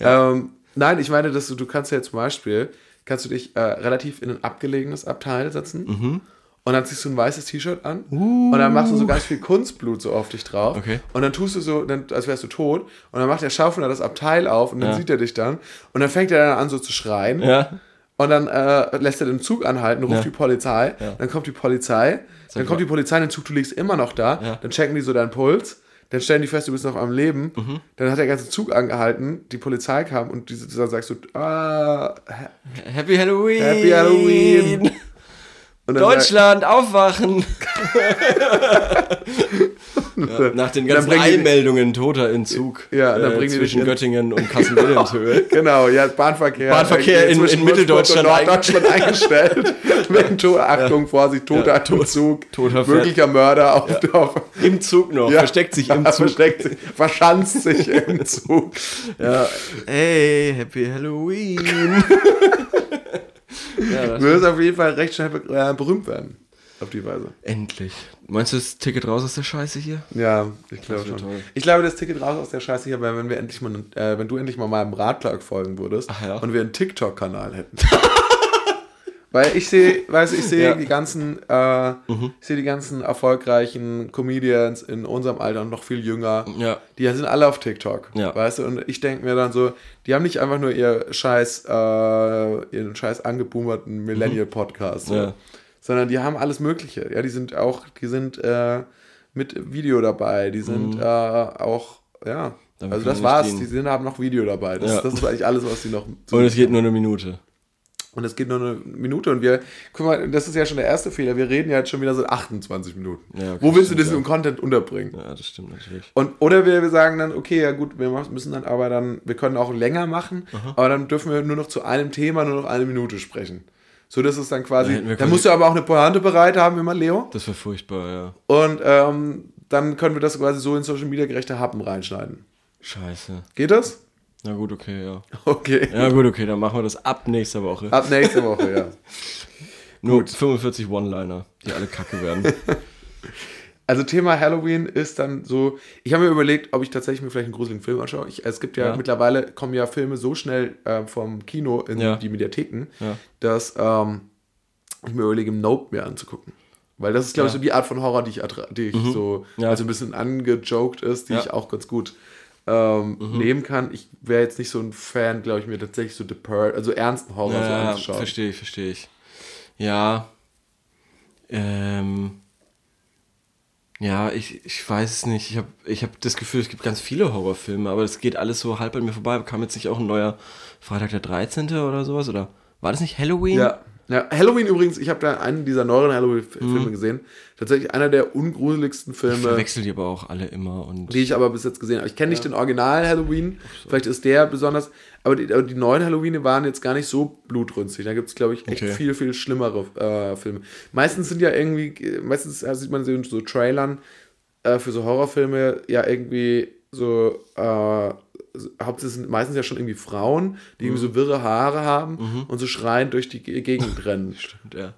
Speaker 3: ähm, nein, ich meine, dass du, du kannst ja zum Beispiel, kannst du dich äh, relativ in ein abgelegenes Abteil setzen
Speaker 1: Mhm.
Speaker 3: und dann ziehst du ein weißes T-Shirt an und dann machst du so ganz viel Kunstblut so auf dich drauf
Speaker 1: Uh. Okay.
Speaker 3: und dann tust du so, dann, als wärst du tot und dann macht der Schaufler das Abteil auf und dann
Speaker 1: Ja.
Speaker 3: sieht er dich dann und dann fängt er dann an so zu schreien
Speaker 1: Ja.
Speaker 3: und dann äh, lässt er den Zug anhalten, ruft
Speaker 1: Ja.
Speaker 3: die Polizei, dann kommt die Polizei, dann kommt die Polizei in den Zug, du liegst immer noch da,
Speaker 1: Ja.
Speaker 3: dann checken die so deinen Puls, dann stellen die fest, du bist noch am Leben,
Speaker 1: Mhm.
Speaker 3: dann hat der ganze Zug angehalten, die Polizei kam und die, dann sagst du, ah, hä?
Speaker 1: Happy Halloween!
Speaker 3: Happy Halloween! und dann
Speaker 1: Deutschland, aufwachen! ja, nach den ganzen
Speaker 3: bringen die-
Speaker 1: Eilmeldungen toter in Zug
Speaker 3: Ja, dann
Speaker 1: äh,
Speaker 3: bringen die dich
Speaker 1: zwischen
Speaker 3: in-
Speaker 1: Göttingen und Kassel-Wilhelmshöhe.
Speaker 3: Genau, ja, Bahnverkehr.
Speaker 1: Bahnverkehr in-
Speaker 3: Zwischen
Speaker 1: in
Speaker 3: Würzburg
Speaker 1: Mitteldeutschland
Speaker 3: und Norddeutschland eingestellt. Wegen Tor, Achtung, Vorsicht, toter im Zug,
Speaker 1: toter Pferd.
Speaker 3: möglicher Mörder auf, auf
Speaker 1: Im Zug noch,
Speaker 3: Ja.
Speaker 1: versteckt sich im
Speaker 3: Ja,
Speaker 1: Zug.
Speaker 3: Versteckt sich, verschanzt sich im Zug.
Speaker 1: Ja. Hey, Happy Halloween!
Speaker 3: Du wirst auf jeden Fall recht schnell be- äh, berühmt werden. Auf die Weise.
Speaker 1: Endlich. Meinst du, das Ticket raus aus der Scheiße hier?
Speaker 3: Ja, ich glaube
Speaker 1: Das wird
Speaker 3: schon.
Speaker 1: toll.
Speaker 3: Ich glaube, das Ticket raus aus der Scheiße hier, weil wenn wir endlich mal, äh, wenn du endlich mal meinem Ratschlag folgen würdest
Speaker 1: Ach ja.
Speaker 3: und wir einen TikTok-Kanal hätten. weil ich sehe, weiß ich sehe
Speaker 1: Ja. Mhm.
Speaker 3: die ganzen, äh, ich sehe die ganzen erfolgreichen Comedians in unserem Alter und noch viel jünger.
Speaker 1: Ja.
Speaker 3: Die sind alle auf TikTok,
Speaker 1: Ja.
Speaker 3: weißt du? Und ich denke mir dann so, die haben nicht einfach nur ihr scheiß, äh, ihren scheiß angeboomerten Millennial-Podcast, so.
Speaker 1: Ja.
Speaker 3: sondern die haben alles Mögliche. Ja, die sind auch, die sind äh, mit Video dabei, die sind äh, auch, ja.
Speaker 1: Mhm. Damit kann
Speaker 3: also das
Speaker 1: man nicht
Speaker 3: war's,
Speaker 1: dienen.
Speaker 3: die sind, haben noch Video dabei. Das,
Speaker 1: Ja.
Speaker 3: das ist eigentlich alles, was die noch.
Speaker 1: Und es geht nur eine Minute.
Speaker 3: Und es geht nur eine Minute und wir, guck mal, das ist ja schon der erste Fehler. Wir reden ja jetzt schon wieder seit 28 Minuten.
Speaker 1: Ja, okay,
Speaker 3: Wo willst du
Speaker 1: stimmt,
Speaker 3: das
Speaker 1: ja.
Speaker 3: im Content unterbringen?
Speaker 1: Ja, das stimmt natürlich.
Speaker 3: Und, oder wir wir sagen dann, okay, ja gut, wir machen- müssen dann aber dann, wir können auch länger machen, aber dann dürfen wir nur noch zu einem Thema nur noch eine Minute sprechen. So, das ist dann quasi,
Speaker 1: Dann hätten wir
Speaker 3: dann
Speaker 1: quasi-
Speaker 3: musst du aber auch eine Pointe bereit haben, immer Leo.
Speaker 1: Das wäre furchtbar, ja.
Speaker 3: Und ähm, dann können wir das quasi so in Social Media gerechte Happen reinschneiden.
Speaker 1: Scheiße.
Speaker 3: Geht das?
Speaker 1: Na gut, okay, ja.
Speaker 3: Okay.
Speaker 1: Ja gut, okay, dann machen wir das ab nächster Woche.
Speaker 3: Ab nächste Woche, ja.
Speaker 1: Nur 45 One-Liner, die alle kacke werden.
Speaker 3: Also Thema Halloween ist dann so, ich habe mir überlegt, ob ich tatsächlich mir vielleicht einen gruseligen Film anschaue. Ich, es gibt ja,
Speaker 1: Ja.
Speaker 3: mittlerweile kommen ja Filme so schnell äh, vom Kino in
Speaker 1: Ja.
Speaker 3: die Mediatheken,
Speaker 1: Ja.
Speaker 3: dass ähm, ich mir überlege, Nope mir anzugucken. Weil das ist, glaube ich,
Speaker 1: Ja. Mhm.
Speaker 3: so die Art von Horror, die ich, attra- die ich so,
Speaker 1: Ja.
Speaker 3: also ein bisschen angejoked ist, die
Speaker 1: Ja. Mhm.
Speaker 3: ich auch ganz gut ähm, nehmen kann. Ich wäre jetzt nicht so ein Fan, glaube ich, mir tatsächlich so The Pearl, also ernsten Horror so
Speaker 1: Ja,
Speaker 3: anzuschauen.
Speaker 1: verstehe Also, ich, verstehe ich. Ja. Ähm. Ja, ich, ich weiß es nicht. Ich habe ich hab das Gefühl, es gibt ganz viele Horrorfilme, aber das geht alles so halb an mir vorbei. Kam jetzt nicht auch ein neuer Freitag der 13. oder sowas? Oder war das nicht Halloween?
Speaker 3: Ja. ja. Halloween übrigens, ich habe da einen dieser neueren Halloween-Filme
Speaker 1: Mhm.
Speaker 3: gesehen. Tatsächlich einer der ungruseligsten
Speaker 1: Ich
Speaker 3: Filme,
Speaker 1: verwechsel die aber auch alle immer. Und
Speaker 3: die ich aber bis jetzt gesehen habe. Ich kenne nicht den Original Halloween, vielleicht ist der besonders, aber die, aber die neuen Halloween waren jetzt gar nicht so blutrünstig. Da gibt es, glaube ich, echt
Speaker 1: Okay.
Speaker 3: viel, viel schlimmere äh, Filme. Meistens sind ja irgendwie, meistens äh, sieht man so in so Trailern äh, für so Horrorfilme ja irgendwie so, äh, so- hauptsächlich sind meistens ja schon irgendwie Frauen, die irgendwie so wirre Haare haben und so schreiend durch die Ge- Gegend rennen.
Speaker 1: und, ja.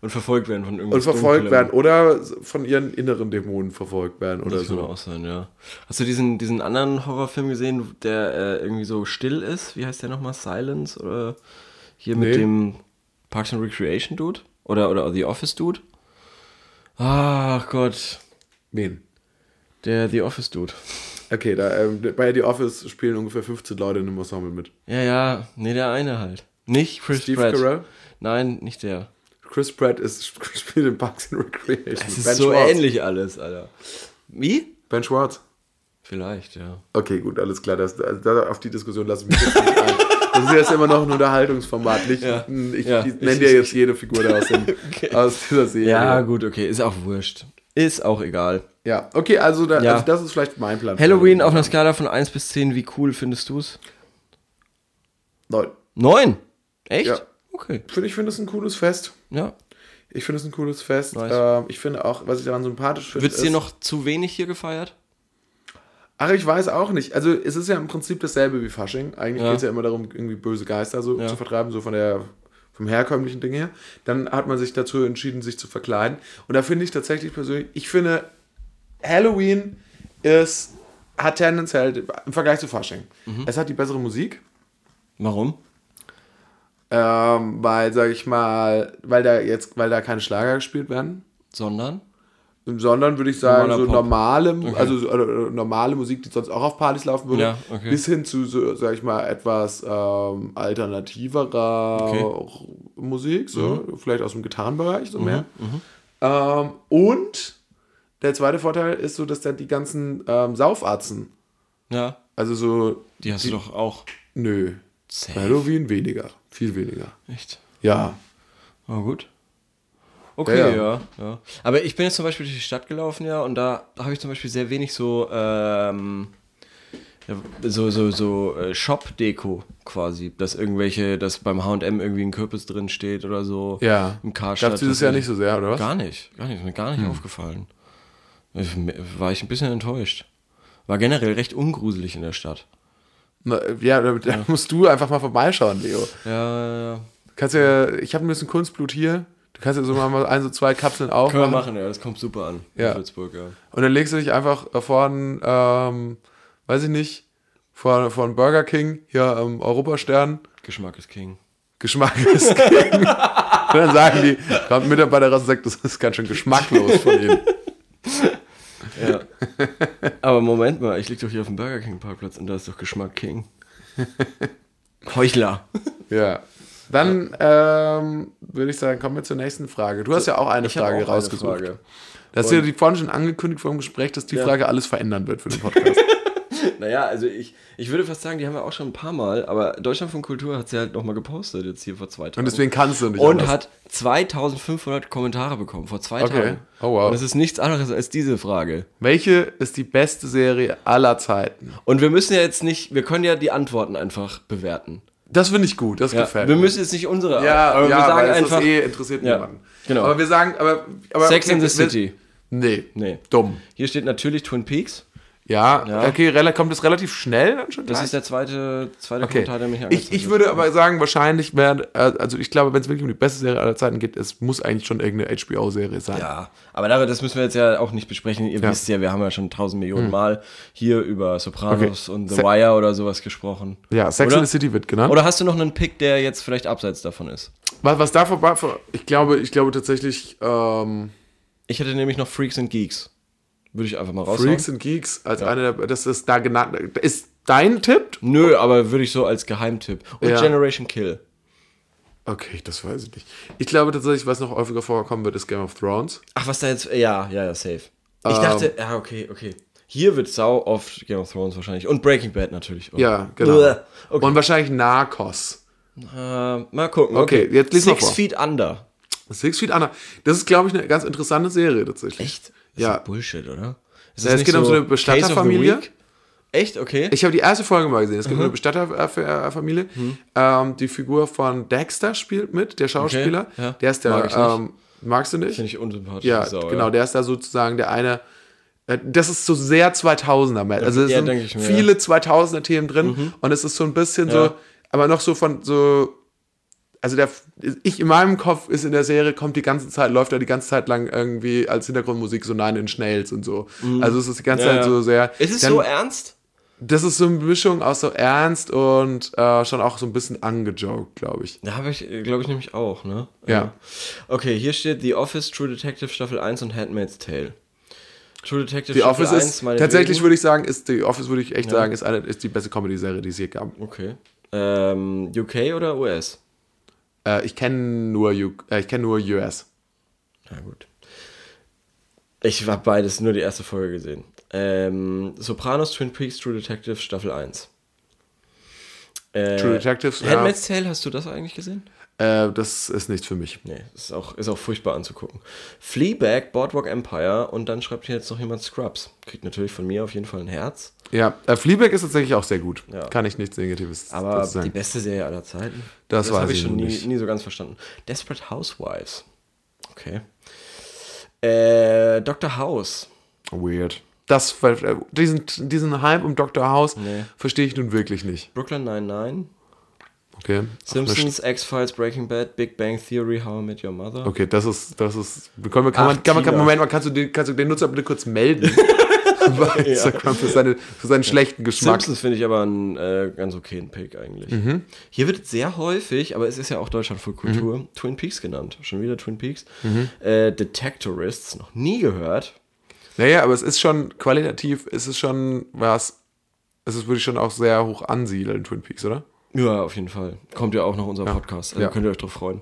Speaker 1: und verfolgt werden von
Speaker 3: und
Speaker 1: irgendwas.
Speaker 3: verfolgt
Speaker 1: Dunklem.
Speaker 3: werden oder von ihren inneren Dämonen verfolgt werden oder
Speaker 1: Das kann
Speaker 3: so.
Speaker 1: auch sein, ja. Hast du diesen, diesen anderen Horrorfilm gesehen, der äh, irgendwie so still ist? Wie heißt der nochmal? Silence? Oder hier mit
Speaker 3: Nee.
Speaker 1: dem Parks and Recreation Dude? Oder, oder The Office Dude? Ach Gott,
Speaker 3: Wen?
Speaker 1: der The Office Dude.
Speaker 3: Okay, da, ähm, bei The Office spielen ungefähr 15 Leute in einem Ensemble mit.
Speaker 1: Ja, ja, nee, der eine halt. Nicht Chris
Speaker 3: Steve
Speaker 1: Pratt.
Speaker 3: Carell?
Speaker 1: Nein, nicht der.
Speaker 3: Chris Pratt ist, spielt in Parks and Recreation.
Speaker 1: Es ist so ähnlich alles, Alter. Wie?
Speaker 3: Ben Schwartz.
Speaker 1: Vielleicht, ja.
Speaker 3: Okay, gut, alles klar. Das, also da, auf die Diskussion lasse ich mich jetzt nicht ein. Das ist jetzt immer noch ein Unterhaltungsformat. Nicht,
Speaker 1: Ja.
Speaker 3: Ich,
Speaker 1: Ja.
Speaker 3: ich
Speaker 1: Ich-
Speaker 3: nenne dir
Speaker 1: ich-
Speaker 3: jetzt jede Figur da aus, dem, aus dieser Serie.
Speaker 1: Ja, gut, okay. Ist auch wurscht. Ist auch egal.
Speaker 3: ja. okay, also, da,
Speaker 1: Ja.
Speaker 3: also das ist vielleicht mein Plan. Ähm,
Speaker 1: Halloween auf einer Skala von 1 bis 10, wie cool findest du es?
Speaker 3: Nein.
Speaker 1: Neun? Echt?
Speaker 3: Ja.
Speaker 1: Okay.
Speaker 3: Ich finde, ich finde es ein cooles Fest.
Speaker 1: Ja.
Speaker 3: Ich finde es ein cooles Fest.
Speaker 1: Nice.
Speaker 3: Ähm, ich finde auch, was ich daran sympathisch finde.
Speaker 1: Wird es dir
Speaker 3: ist-
Speaker 1: noch zu wenig hier gefeiert?
Speaker 3: Ach, ich weiß auch nicht. Also, es ist ja im Prinzip dasselbe wie Fasching. Eigentlich
Speaker 1: Ja.
Speaker 3: geht es ja immer darum, irgendwie böse Geister so
Speaker 1: Ja.
Speaker 3: zu vertreiben, so von der vom herkömmlichen Ding her. Dann hat man sich dazu entschieden, sich zu verkleiden. Und da finde ich tatsächlich persönlich, ich finde, Halloween ist, hat tendenziell im Vergleich zu Fasching.
Speaker 1: Mhm.
Speaker 3: Es hat die bessere Musik.
Speaker 1: Warum?
Speaker 3: Ähm, weil, sag ich mal, weil da jetzt, weil da keine Schlager gespielt werden.
Speaker 1: Sondern?
Speaker 3: sondern würde ich sagen,
Speaker 1: Normaler
Speaker 3: so
Speaker 1: Pop.
Speaker 3: normale, also so, äh, normale Musik, die sonst auch auf Partys laufen würde,
Speaker 1: Ja, okay.
Speaker 3: bis hin zu, so, sag ich mal, etwas ähm, alternativerer
Speaker 1: Okay. Mhm.
Speaker 3: Musik, so, vielleicht aus dem Gitarrenbereich so mehr. Ähm, und der zweite Vorteil ist so, dass dann die ganzen ähm, Saufarzen,
Speaker 1: Ja.
Speaker 3: also so,
Speaker 1: Die hast du doch auch.
Speaker 3: nö,
Speaker 1: Safe.
Speaker 3: bei Halloween weniger, viel weniger.
Speaker 1: Echt?
Speaker 3: Ja,
Speaker 1: Na gut. Okay, ja,
Speaker 3: Ja, ja.
Speaker 1: ja. Aber ich bin jetzt zum Beispiel durch die Stadt gelaufen, ja, und da habe ich zum Beispiel sehr wenig so, ähm, ja, so, so, so äh, Shop-Deko quasi. Dass irgendwelche, dass beim H&M irgendwie ein Kürbis drin steht oder so.
Speaker 3: ja.
Speaker 1: Im
Speaker 3: Gab's
Speaker 1: Karstadt.
Speaker 3: dieses
Speaker 1: das
Speaker 3: Jahr
Speaker 1: ist-
Speaker 3: nicht so sehr, oder was?
Speaker 1: Gar nicht, gar nicht, ist mir gar nicht aufgefallen. Ich- War ich ein bisschen enttäuscht. War generell recht ungruselig in der Stadt.
Speaker 3: Na, ja, da, da musst du einfach mal vorbeischauen, Leo.
Speaker 1: Ja,
Speaker 3: Kannst ja, ich habe ein bisschen Kunstblut hier. Du kannst ja so mal ein, so zwei Kapseln
Speaker 1: können wir
Speaker 3: aufmachen.
Speaker 1: machen, ja, das kommt super an. in
Speaker 3: Ja.
Speaker 1: Würzburg, ja.
Speaker 3: Und dann legst du dich einfach vorn, ähm, weiß ich nicht, vor, vor einen Burger King, hier am Europastern.
Speaker 1: Geschmack ist King.
Speaker 3: Geschmack ist King. Und dann sagen die, kommt Mitarbeiter raus und sagt, das ist ganz schön geschmacklos von ihnen.
Speaker 1: Ja. Aber Moment mal, ich lieg doch hier auf dem Burger King Parkplatz und da ist doch Geschmack King. Heuchler.
Speaker 3: Ja. Dann ähm, würde ich sagen, kommen wir zur nächsten Frage. Du hast ja auch eine
Speaker 1: Ich habe
Speaker 3: Frage
Speaker 1: auch eine
Speaker 3: rausgesucht.
Speaker 1: Frage.
Speaker 3: Das ist ja die vorhin schon angekündigt vor dem Gespräch, dass die Frage alles verändern wird für den Podcast.
Speaker 1: Naja, also ich, ich würde fast sagen, die haben wir auch schon ein paar Mal, aber Deutschland von Kultur hat sie halt nochmal gepostet jetzt hier vor zwei Tagen.
Speaker 3: Und deswegen kannst du nicht
Speaker 1: Und
Speaker 3: anders.
Speaker 1: hat 2500 Kommentare bekommen vor zwei
Speaker 3: Okay.
Speaker 1: Tagen.
Speaker 3: Oh, wow.
Speaker 1: Und es ist nichts anderes als diese Frage.
Speaker 3: Welche ist die beste Serie aller Zeiten?
Speaker 1: Und wir müssen ja jetzt nicht, wir können ja die Antworten einfach bewerten.
Speaker 3: Das finde ich gut, das
Speaker 1: Ja,
Speaker 3: gefällt
Speaker 1: wir
Speaker 3: mir.
Speaker 1: müssen jetzt nicht unsere,
Speaker 3: ja,
Speaker 1: aber
Speaker 3: ja,
Speaker 1: wir sagen
Speaker 3: weil
Speaker 1: einfach
Speaker 3: das eh interessiert
Speaker 1: Ja,
Speaker 3: niemanden.
Speaker 1: genau.
Speaker 3: Aber wir sagen, aber, aber
Speaker 1: Sex in the
Speaker 3: wir-
Speaker 1: City.
Speaker 3: Nee.
Speaker 1: Nee.
Speaker 3: Dumm.
Speaker 1: Hier steht natürlich Twin Peaks.
Speaker 3: Ja,
Speaker 1: Ja.
Speaker 3: okay, rela- kommt es relativ schnell dann schon
Speaker 1: Das
Speaker 3: gleich?
Speaker 1: ist der zweite, zweite
Speaker 3: Okay.
Speaker 1: Kommentar, der mich
Speaker 3: Ich,
Speaker 1: angezeigt
Speaker 3: ich
Speaker 1: hat.
Speaker 3: würde aber sagen, wahrscheinlich wäre, äh, also ich glaube, wenn es wirklich um die beste Serie aller Zeiten geht, es muss eigentlich schon irgendeine HBO-Serie sein.
Speaker 1: Ja, aber darüber, das müssen wir jetzt ja auch nicht besprechen. Ihr
Speaker 3: Ja. Hm.
Speaker 1: wisst ja, wir haben ja schon tausend Millionen Mal hier über Sopranos
Speaker 3: Okay.
Speaker 1: und The
Speaker 3: Se-
Speaker 1: Wire oder sowas gesprochen.
Speaker 3: Ja, Sex
Speaker 1: Oder?
Speaker 3: and the City ne? wird genannt.
Speaker 1: Oder hast du noch einen Pick, der jetzt vielleicht abseits davon ist?
Speaker 3: Was, was da vorbei, vor- ich glaube, ich glaube tatsächlich, ähm,
Speaker 1: Ich hätte nämlich noch Freaks and Geeks. Würde ich einfach mal raushauen.
Speaker 3: Freaks and Geeks als einer der, das ist da genannt, ist dein Tipp?
Speaker 1: Nö, aber würde ich so als Geheimtipp. Und
Speaker 3: Ja.
Speaker 1: Generation Kill.
Speaker 3: Okay, das weiß ich nicht. Ich glaube tatsächlich, was noch häufiger vorkommen wird, ist Game of Thrones.
Speaker 1: Ach, was da jetzt. Ja, ja, ja, safe. Ich
Speaker 3: Ähm.
Speaker 1: dachte, ja, okay, okay. Hier wird sau oft Game of Thrones wahrscheinlich. Und Breaking Bad natürlich. Und-
Speaker 3: Ja, genau.
Speaker 1: Uah, Okay.
Speaker 3: Und wahrscheinlich Narcos.
Speaker 1: äh, mal gucken.
Speaker 3: Okay, jetzt lies mal
Speaker 1: Six
Speaker 3: vor.
Speaker 1: Feet Under.
Speaker 3: Six Feet Under. Das ist, glaube ich, eine ganz interessante Serie tatsächlich.
Speaker 1: Echt? Das
Speaker 3: Ja.
Speaker 1: Ist doch Bullshit, oder? Ist
Speaker 3: Ja,
Speaker 1: das
Speaker 3: es
Speaker 1: nicht
Speaker 3: geht um so
Speaker 1: Case
Speaker 3: eine
Speaker 1: of the
Speaker 3: Bestatterfamilie.
Speaker 1: Week? Echt? Okay.
Speaker 3: Ich habe die erste Folge mal gesehen. Es
Speaker 1: Mhm.
Speaker 3: gibt eine Bestatterfamilie. Ähm, die Figur von Dexter spielt mit, der Schauspieler.
Speaker 1: Okay, ja.
Speaker 3: Der ist der.
Speaker 1: Mag ich nicht.
Speaker 3: ähm, magst du nicht?
Speaker 1: Finde ich unsympathisch.
Speaker 3: ja,
Speaker 1: die Sau,
Speaker 3: genau. Der ist da sozusagen der eine. äh, Das ist so sehr 2000er. Man. Also es
Speaker 1: Ja,
Speaker 3: sind
Speaker 1: denke ich mir,
Speaker 3: viele 2000er Themen drin und es ist so ein bisschen so,
Speaker 1: Ja.
Speaker 3: aber noch so von so. Also der, ich in meinem Kopf ist in der Serie kommt die ganze Zeit läuft da die ganze Zeit lang irgendwie als Hintergrundmusik so Nine Inch Nails und so. Also es ist die ganze
Speaker 1: Mhm. Ja,
Speaker 3: Zeit
Speaker 1: ja.
Speaker 3: so sehr.
Speaker 1: Ist es
Speaker 3: Dann-
Speaker 1: so ernst?
Speaker 3: das ist so eine Mischung aus so ernst und äh, schon auch so ein bisschen angejoked, glaube ich.
Speaker 1: Da habe ich, glaube ich, nämlich auch, ne?
Speaker 3: Ja.
Speaker 1: Okay, hier steht The Office, True Detective Staffel 1 und Handmaid's Tale. True Detective
Speaker 3: The
Speaker 1: Staffel
Speaker 3: Office ist,
Speaker 1: meinetwegen.
Speaker 3: tatsächlich würde ich sagen, ist The Office, würde ich echt sagen, ist, eine, ist die beste Comedy-Serie, die es je gab.
Speaker 1: Okay. Ähm, UK oder US?
Speaker 3: Äh, ich kenne nur, U- äh, ich kenn nur US.
Speaker 1: Na gut. Ich habe beides nur die erste Folge gesehen. Ähm, Sopranos, Twin Peaks, True Detective, Staffel 1. Äh,
Speaker 3: True Detectives, ja.
Speaker 1: Handmaid's Tale, hast du das eigentlich gesehen?
Speaker 3: Äh, das ist nichts für mich.
Speaker 1: Nee, ist auch, ist auch furchtbar anzugucken. Fleabag, Boardwalk Empire und dann schreibt hier jetzt noch jemand Scrubs. Kriegt natürlich von mir auf jeden Fall ein Herz.
Speaker 3: Ja, äh, Fleabag ist tatsächlich auch sehr gut.
Speaker 1: Ja.
Speaker 3: Kann ich nichts Negatives
Speaker 1: Aber
Speaker 3: dazu
Speaker 1: die
Speaker 3: sagen.
Speaker 1: beste Serie aller Zeiten.
Speaker 3: Das weiß
Speaker 1: habe ich
Speaker 3: ich
Speaker 1: schon nie,
Speaker 3: nun nicht.
Speaker 1: nie so ganz verstanden. Desperate Housewives. Okay. Äh, Dr. House.
Speaker 3: Weird. Das, äh, diesen, diesen Hype um Dr. House
Speaker 1: Nee.
Speaker 3: verstehe ich nun wirklich nicht.
Speaker 1: Brooklyn 99.
Speaker 3: Okay. Auf eine
Speaker 1: Simpsons, X-Files, Breaking Bad, Big Bang Theory, How I Met Your Mother.
Speaker 3: Okay, das ist, das ist. Können wir, kann man,
Speaker 1: Ach,
Speaker 3: kann man, kann,
Speaker 1: Tina.
Speaker 3: Moment mal, kannst du, den, kannst du den Nutzer bitte kurz melden? Bei Instagram für, seine, für seinen schlechten Geschmack.
Speaker 1: Simpsons finde ich aber einen äh, ganz okayen Pick eigentlich.
Speaker 3: Mhm.
Speaker 1: Hier wird sehr häufig, aber es ist ja auch Deutschland für Kultur,
Speaker 3: Mhm.
Speaker 1: Twin Peaks genannt. Schon wieder Twin Peaks. Äh, Detectorists, noch nie gehört.
Speaker 3: Naja, aber es ist schon qualitativ, es ist schon was. Es ist, würde ich schon auch sehr hoch ansiedeln, Twin Peaks, oder?
Speaker 1: Ja, auf jeden Fall. Kommt ja auch noch unser Podcast. Also
Speaker 3: Ja.
Speaker 1: könnt ihr euch drauf freuen.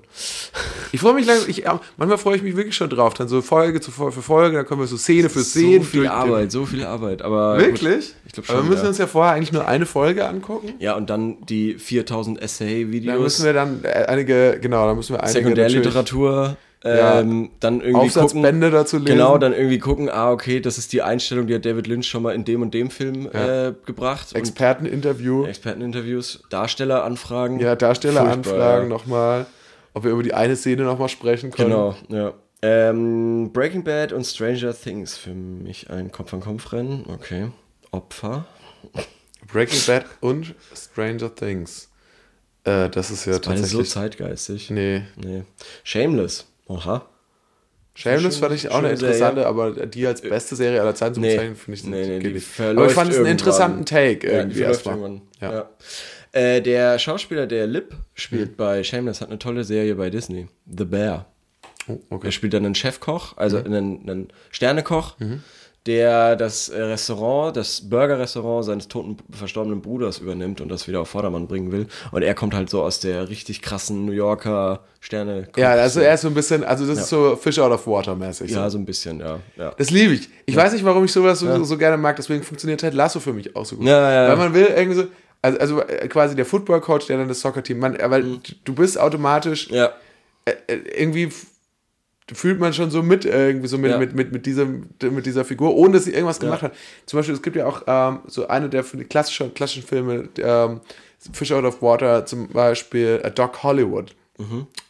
Speaker 3: Ich freue mich langsam, ich, ja, manchmal freue ich mich wirklich schon drauf, dann so Folge zu Folge für Folge, dann können wir so Szene für Szene.
Speaker 1: so viel
Speaker 3: durch-
Speaker 1: Arbeit, so viel Arbeit. Aber
Speaker 3: Wirklich?
Speaker 1: Gut, ich glaube
Speaker 3: aber wir
Speaker 1: schon.
Speaker 3: müssen
Speaker 1: ja.
Speaker 3: uns ja vorher eigentlich nur eine Folge angucken.
Speaker 1: ja, und dann die 4000
Speaker 3: Da müssen
Speaker 1: Essay-Videos,
Speaker 3: wir dann äh, einige, genau, da müssen wir einige natürlich
Speaker 1: Sekundärliteratur,
Speaker 3: Ja.
Speaker 1: ähm, dann irgendwie gucken.
Speaker 3: Aufsatzbände dazu lesen.
Speaker 1: Genau, dann irgendwie gucken, ah, okay, das ist die Einstellung, die hat David Lynch schon mal in dem und dem Film äh, gebracht. Und
Speaker 3: Experteninterview.
Speaker 1: Experteninterviews, Darstelleranfragen.
Speaker 3: Ja,
Speaker 1: Furchtbar,
Speaker 3: Darstelleranfragen
Speaker 1: ja.
Speaker 3: nochmal, ob wir über die eine Szene nochmal sprechen können.
Speaker 1: Genau, ja. Ähm, Breaking Bad und Stranger Things für mich ein Kopf an Kopf Rennen. Okay. Opfer.
Speaker 3: Breaking Bad und Stranger Things. Äh, das ist ja
Speaker 1: Beide so
Speaker 3: tatsächlich.
Speaker 1: zeitgeistig.
Speaker 3: nee.
Speaker 1: Nee. Shameless. Oha.
Speaker 3: Shameless
Speaker 1: Schon-
Speaker 3: fand ich auch
Speaker 1: schon
Speaker 3: eine
Speaker 1: sehr, Äh,
Speaker 3: interessante, aber die als beste Serie aller Zeiten zu
Speaker 1: Nee.
Speaker 3: bezeichnen, finde ich
Speaker 1: Nee,
Speaker 3: nicht-
Speaker 1: nee,
Speaker 3: geht
Speaker 1: die
Speaker 3: nicht.
Speaker 1: verläuft
Speaker 3: Aber ich fand es einen
Speaker 1: irgendwann.
Speaker 3: interessanten Take
Speaker 1: Ja,
Speaker 3: irgendwie
Speaker 1: die verläuft
Speaker 3: erstmal.
Speaker 1: irgendwann.
Speaker 3: Ja.
Speaker 1: Ja. Äh, der Schauspieler, der Lip spielt
Speaker 3: Hm.
Speaker 1: bei Shameless, hat eine tolle Serie bei Disney. The Bear.
Speaker 3: Oh, okay. Mhm.
Speaker 1: Er spielt dann einen Chefkoch, also einen, einen Sternekoch, der das äh, Restaurant, das Burger-Restaurant seines toten, verstorbenen Bruders übernimmt und das wieder auf Vordermann bringen will. Und er kommt halt so aus der richtig krassen New Yorker sterne
Speaker 3: Ja, also er ist so ein bisschen, also das ist so Fish out of water mäßig.
Speaker 1: Ja,
Speaker 3: So.
Speaker 1: so ein bisschen, ja. ja.
Speaker 3: Das liebe ich. Ich weiß nicht, warum ich sowas so, so gerne mag, deswegen funktioniert halt Lasso für mich auch so gut.
Speaker 1: Ja, ja, ja.
Speaker 3: Weil man will irgendwie so, also, also äh, quasi der Football-Coach, der dann das Soccer-Team, man, äh, weil
Speaker 1: Mhm.
Speaker 3: du bist automatisch
Speaker 1: ja.
Speaker 3: äh, irgendwie f- fühlt man schon so mit, äh, irgendwie so mit,
Speaker 1: Ja.
Speaker 3: mit, mit, mit, diesem, mit dieser Figur, ohne dass sie irgendwas gemacht hat. Zum Beispiel, es gibt ja auch ähm, so eine der f- klassischen, klassischen Filme, ähm, Fish Out of Water, zum Beispiel äh, Doc Hollywood.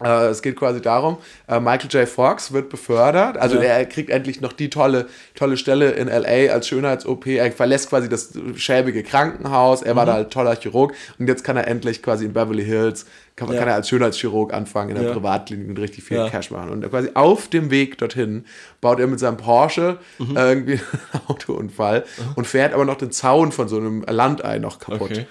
Speaker 3: Äh, es geht quasi darum, äh, Michael J. Fox wird befördert, also er kriegt endlich noch die tolle, tolle Stelle in L.A. als Schönheits-OP, er verlässt quasi das schäbige Krankenhaus, er
Speaker 1: Mhm.
Speaker 3: war da halt toller Chirurg und jetzt kann er endlich quasi in Beverly Hills, kann, kann er als Schönheitschirurg anfangen in der
Speaker 1: Ja.
Speaker 3: Privatklinik und richtig viel
Speaker 1: Ja.
Speaker 3: Cash machen und quasi auf dem Weg dorthin baut er mit seinem Porsche
Speaker 1: Mhm.
Speaker 3: äh, irgendwie einen Autounfall und fährt aber noch den Zaun von so einem Landei noch kaputt.
Speaker 1: Okay.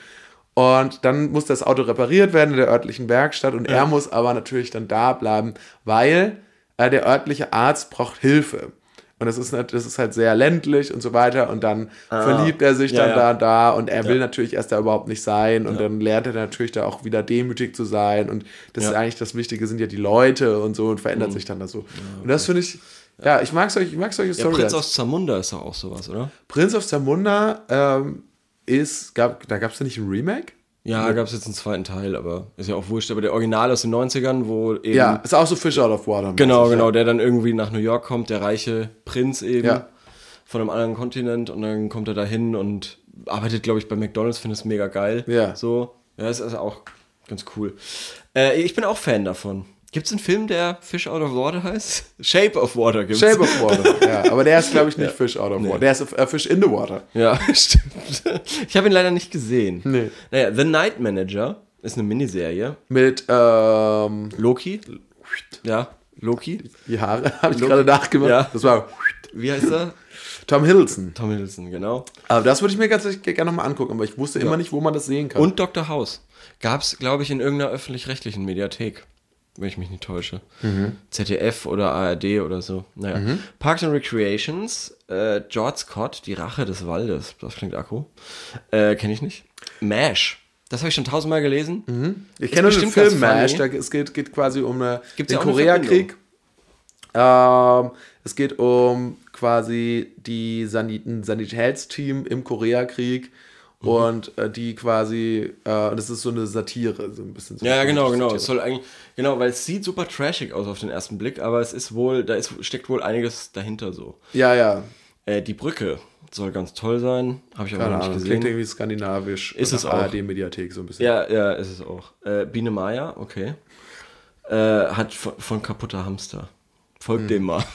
Speaker 3: Und dann muss das Auto repariert werden in der örtlichen Werkstatt und er muss aber natürlich dann da bleiben, weil äh, der örtliche Arzt braucht Hilfe. Und das ist, nat- das ist halt sehr ländlich und so weiter. Und dann verliebt er sich
Speaker 1: Ah, Ja,
Speaker 3: dann
Speaker 1: ja.
Speaker 3: da und da und er will natürlich erst da überhaupt nicht sein. Und dann lernt er natürlich da auch wieder demütig zu sein. Und das
Speaker 1: Ja. Mhm.
Speaker 3: ist eigentlich das Wichtige, sind ja die Leute und so und verändert sich dann da so. Und das finde ich, ja, ich mag solche, ich mag solche
Speaker 1: Der Prinz
Speaker 3: Storylines.
Speaker 1: aus Zamunda ist doch auch sowas, oder?
Speaker 3: Prinz of Zamunda ähm, ist, gab, da gab es da nicht ein Remake?
Speaker 1: Ja, gab es jetzt einen zweiten Teil, aber ist ja auch wurscht. Aber der Original aus den 90ern, wo eben.
Speaker 3: Ja, ist auch so Fish out of water.
Speaker 1: Ähm, Genau,
Speaker 3: mäßig,
Speaker 1: genau,
Speaker 3: ja.
Speaker 1: der dann irgendwie nach New York kommt, der reiche Prinz eben
Speaker 3: Ja.
Speaker 1: von einem anderen Kontinent und dann kommt er dahin und arbeitet, glaube ich, bei McDonalds, findet es mega geil.
Speaker 3: Ja.
Speaker 1: So, ja, ist also auch ganz cool. Äh, ich bin auch Fan davon. Gibt es einen Film, der Fish Out of Water heißt? Shape of Water gibt's.
Speaker 3: Shape of Water, ja. Aber der ist, glaube ich, nicht Fish out of water. Der ist äh, Fish in the water.
Speaker 1: Ja, stimmt. Ich habe ihn leider nicht gesehen.
Speaker 3: Nee.
Speaker 1: Naja, The Night Manager ist eine Miniserie.
Speaker 3: Mit, ähm,
Speaker 1: Loki. Ja, Loki.
Speaker 3: die Haare habe ich gerade nachgemacht.
Speaker 1: Ja.
Speaker 3: Das war
Speaker 1: Wie heißt er?
Speaker 3: Tom Hiddleston.
Speaker 1: Tom Hiddleston, genau.
Speaker 3: Aber das würde ich mir ganz gerne nochmal angucken, aber ich wusste immer nicht, wo man das sehen kann.
Speaker 1: Und Dr. House. Gab es, glaube ich, in irgendeiner öffentlich-rechtlichen Mediathek. Wenn ich mich nicht täusche.
Speaker 3: Mhm.
Speaker 1: ZDF oder ARD oder so. Naja. Parks and Recreations, äh, George Scott, Die Rache des Waldes. Das klingt Akku. Äh, Kenne ich nicht. MASH. Das habe ich schon tausendmal gelesen.
Speaker 3: Mhm. ich kenne nur den
Speaker 1: bestimmt ganz
Speaker 3: Film MASH, da,
Speaker 1: funny.
Speaker 3: es geht, geht quasi um eine,
Speaker 1: Gibt's
Speaker 3: den
Speaker 1: ja auch eine
Speaker 3: Koreakrieg. Ähm, es geht um quasi die Sanit ein Sanitätsteam im Koreakrieg
Speaker 1: Mhm.
Speaker 3: und äh, die quasi, äh, und das ist so eine Satire, so ein bisschen. So
Speaker 1: Ja, ja,
Speaker 3: eine
Speaker 1: genau, genau.
Speaker 3: politische Satire.
Speaker 1: Es soll eigentlich, genau, weil es sieht super trashig aus auf den ersten Blick, aber es ist wohl, da ist, steckt wohl einiges dahinter so.
Speaker 3: Ja, ja,
Speaker 1: Äh, die Brücke soll ganz toll sein, habe ich aber noch
Speaker 3: keine Ahnung.
Speaker 1: nicht
Speaker 3: Das klingt
Speaker 1: gesehen.
Speaker 3: irgendwie skandinavisch.
Speaker 1: Ist
Speaker 3: nach
Speaker 1: es auch.
Speaker 3: ARD-Mediathek so ein bisschen.
Speaker 1: Ja, ja, ist es auch. Äh, Biene Maya, okay. Äh, hat von, von kaputter Hamster.
Speaker 3: Hm.
Speaker 1: Folgt dem mal.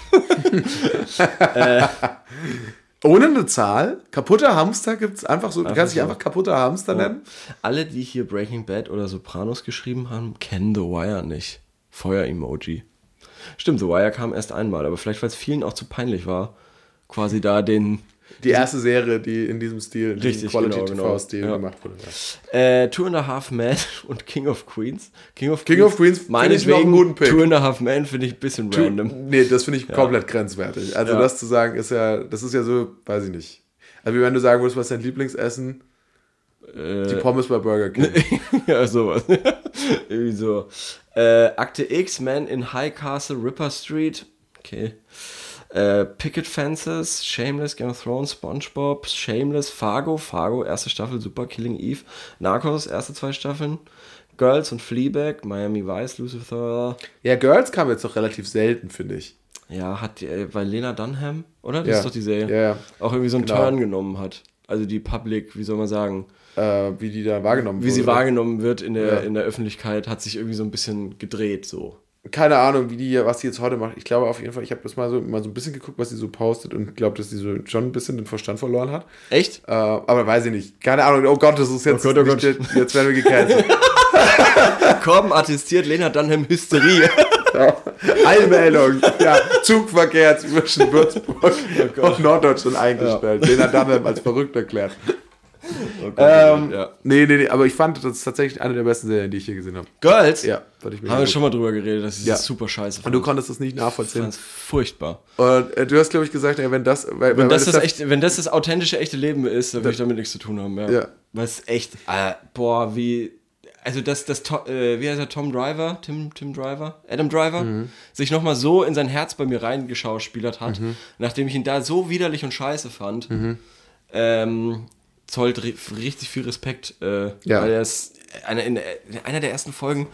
Speaker 3: Ohne eine Zahl. Kaputter Hamster gibt's einfach so. Du kannst dich
Speaker 1: so.
Speaker 3: einfach kaputter Hamster nennen.
Speaker 1: Alle, die hier Breaking Bad oder Sopranos geschrieben haben, kennen The Wire nicht. Feuer-Emoji. Stimmt, The Wire kam erst einmal, aber vielleicht, weil es vielen auch zu peinlich war, quasi da den
Speaker 3: Die erste Serie, die in diesem Stil, in diesem
Speaker 1: Richtig,
Speaker 3: Quality
Speaker 1: genau, genau.
Speaker 3: TV-Stil
Speaker 1: Ja.
Speaker 3: gemacht wurde. Ja.
Speaker 1: Äh, Two and a Half Men und King of Queens. King of Queens,
Speaker 3: of Queens find ich noch einen guten Pick.
Speaker 1: Two and a Half Men finde ich ein bisschen random.
Speaker 3: Nee, das finde ich komplett grenzwertig. Also
Speaker 1: Ja.
Speaker 3: das zu sagen, ist ja, das ist ja so, weiß ich nicht. Also wie wenn du sagen würdest, was ist dein Lieblingsessen? die
Speaker 1: Äh.
Speaker 3: Pommes bei Burger King.
Speaker 1: ja, sowas. Irgendwie so. Äh, Akte X, Man in High Castle, Ripper Street. Okay. Äh, Picket Fences, Shameless, Game of Thrones, Spongebob, Shameless, Fargo, Fargo, erste Staffel, Super, Killing Eve, Narcos, erste zwei Staffeln, Girls und Fleabag, Miami Vice, Lucifer,
Speaker 3: Ja, Girls kam jetzt doch relativ selten, finde ich.
Speaker 1: Ja, hat die, äh, bei Lena Dunham, oder? Das
Speaker 3: Ja.
Speaker 1: ist doch die Serie.
Speaker 3: Ja, ja.
Speaker 1: Auch irgendwie so einen
Speaker 3: Genau.
Speaker 1: Turn genommen hat. Also die Public, wie soll man sagen,
Speaker 3: Äh, wie die da wahrgenommen
Speaker 1: wie sie
Speaker 3: wurde.
Speaker 1: wahrgenommen wird in der,
Speaker 3: Ja.
Speaker 1: in der Öffentlichkeit, hat sich irgendwie so ein bisschen gedreht so.
Speaker 3: Keine Ahnung, wie die, was die jetzt heute macht. Ich glaube auf jeden Fall, ich habe das mal so, mal so ein bisschen geguckt, was sie so postet und glaube, dass sie so schon ein bisschen den Verstand verloren hat.
Speaker 1: Echt?
Speaker 3: Äh, aber weiß ich nicht. Keine Ahnung. Oh Gott, das ist jetzt.
Speaker 1: Oh Gott, oh
Speaker 3: nicht,
Speaker 1: Gott.
Speaker 3: Jetzt werden wir gecancelt.
Speaker 1: Korben attestiert Lena Dunham Hysterie.
Speaker 3: Allmeldung. Ja, Zugverkehr zwischen Würzburg
Speaker 1: Oh
Speaker 3: und Norddeutschland eingestellt. Den hat Dunham als verrückt erklärt. Ähm,
Speaker 1: oh ja.
Speaker 3: Nee, nee, nee, aber ich fand, das ist tatsächlich eine der besten Serien, die ich hier gesehen habe.
Speaker 1: Girls?
Speaker 3: Ja, fand ich mega
Speaker 1: Haben wir
Speaker 3: gut.
Speaker 1: schon mal drüber geredet, dass ich
Speaker 3: Ja.
Speaker 1: das super scheiße
Speaker 3: Und du konntest das
Speaker 1: Ich
Speaker 3: nicht nachvollziehen.
Speaker 1: fand's furchtbar.
Speaker 3: Und äh, du hast, glaube ich, gesagt, ey, wenn das. Weil, wenn
Speaker 1: Wenn das das, echt, wenn das das authentische, echte Leben ist, dann will ich damit nichts zu tun haben. Ja.
Speaker 3: Ja.
Speaker 1: Weil es echt, äh, boah, wie, also dass das, To- äh, wie heißt er, Tom Driver, Tim, Tim Driver, Adam Driver, sich nochmal so in sein Herz bei mir reingeschauspielert hat, nachdem ich ihn da so widerlich und scheiße fand, ähm, zollt ri richtig viel Respekt, äh,
Speaker 3: Ja.
Speaker 1: weil er ist, einer, in, in einer der ersten Folgen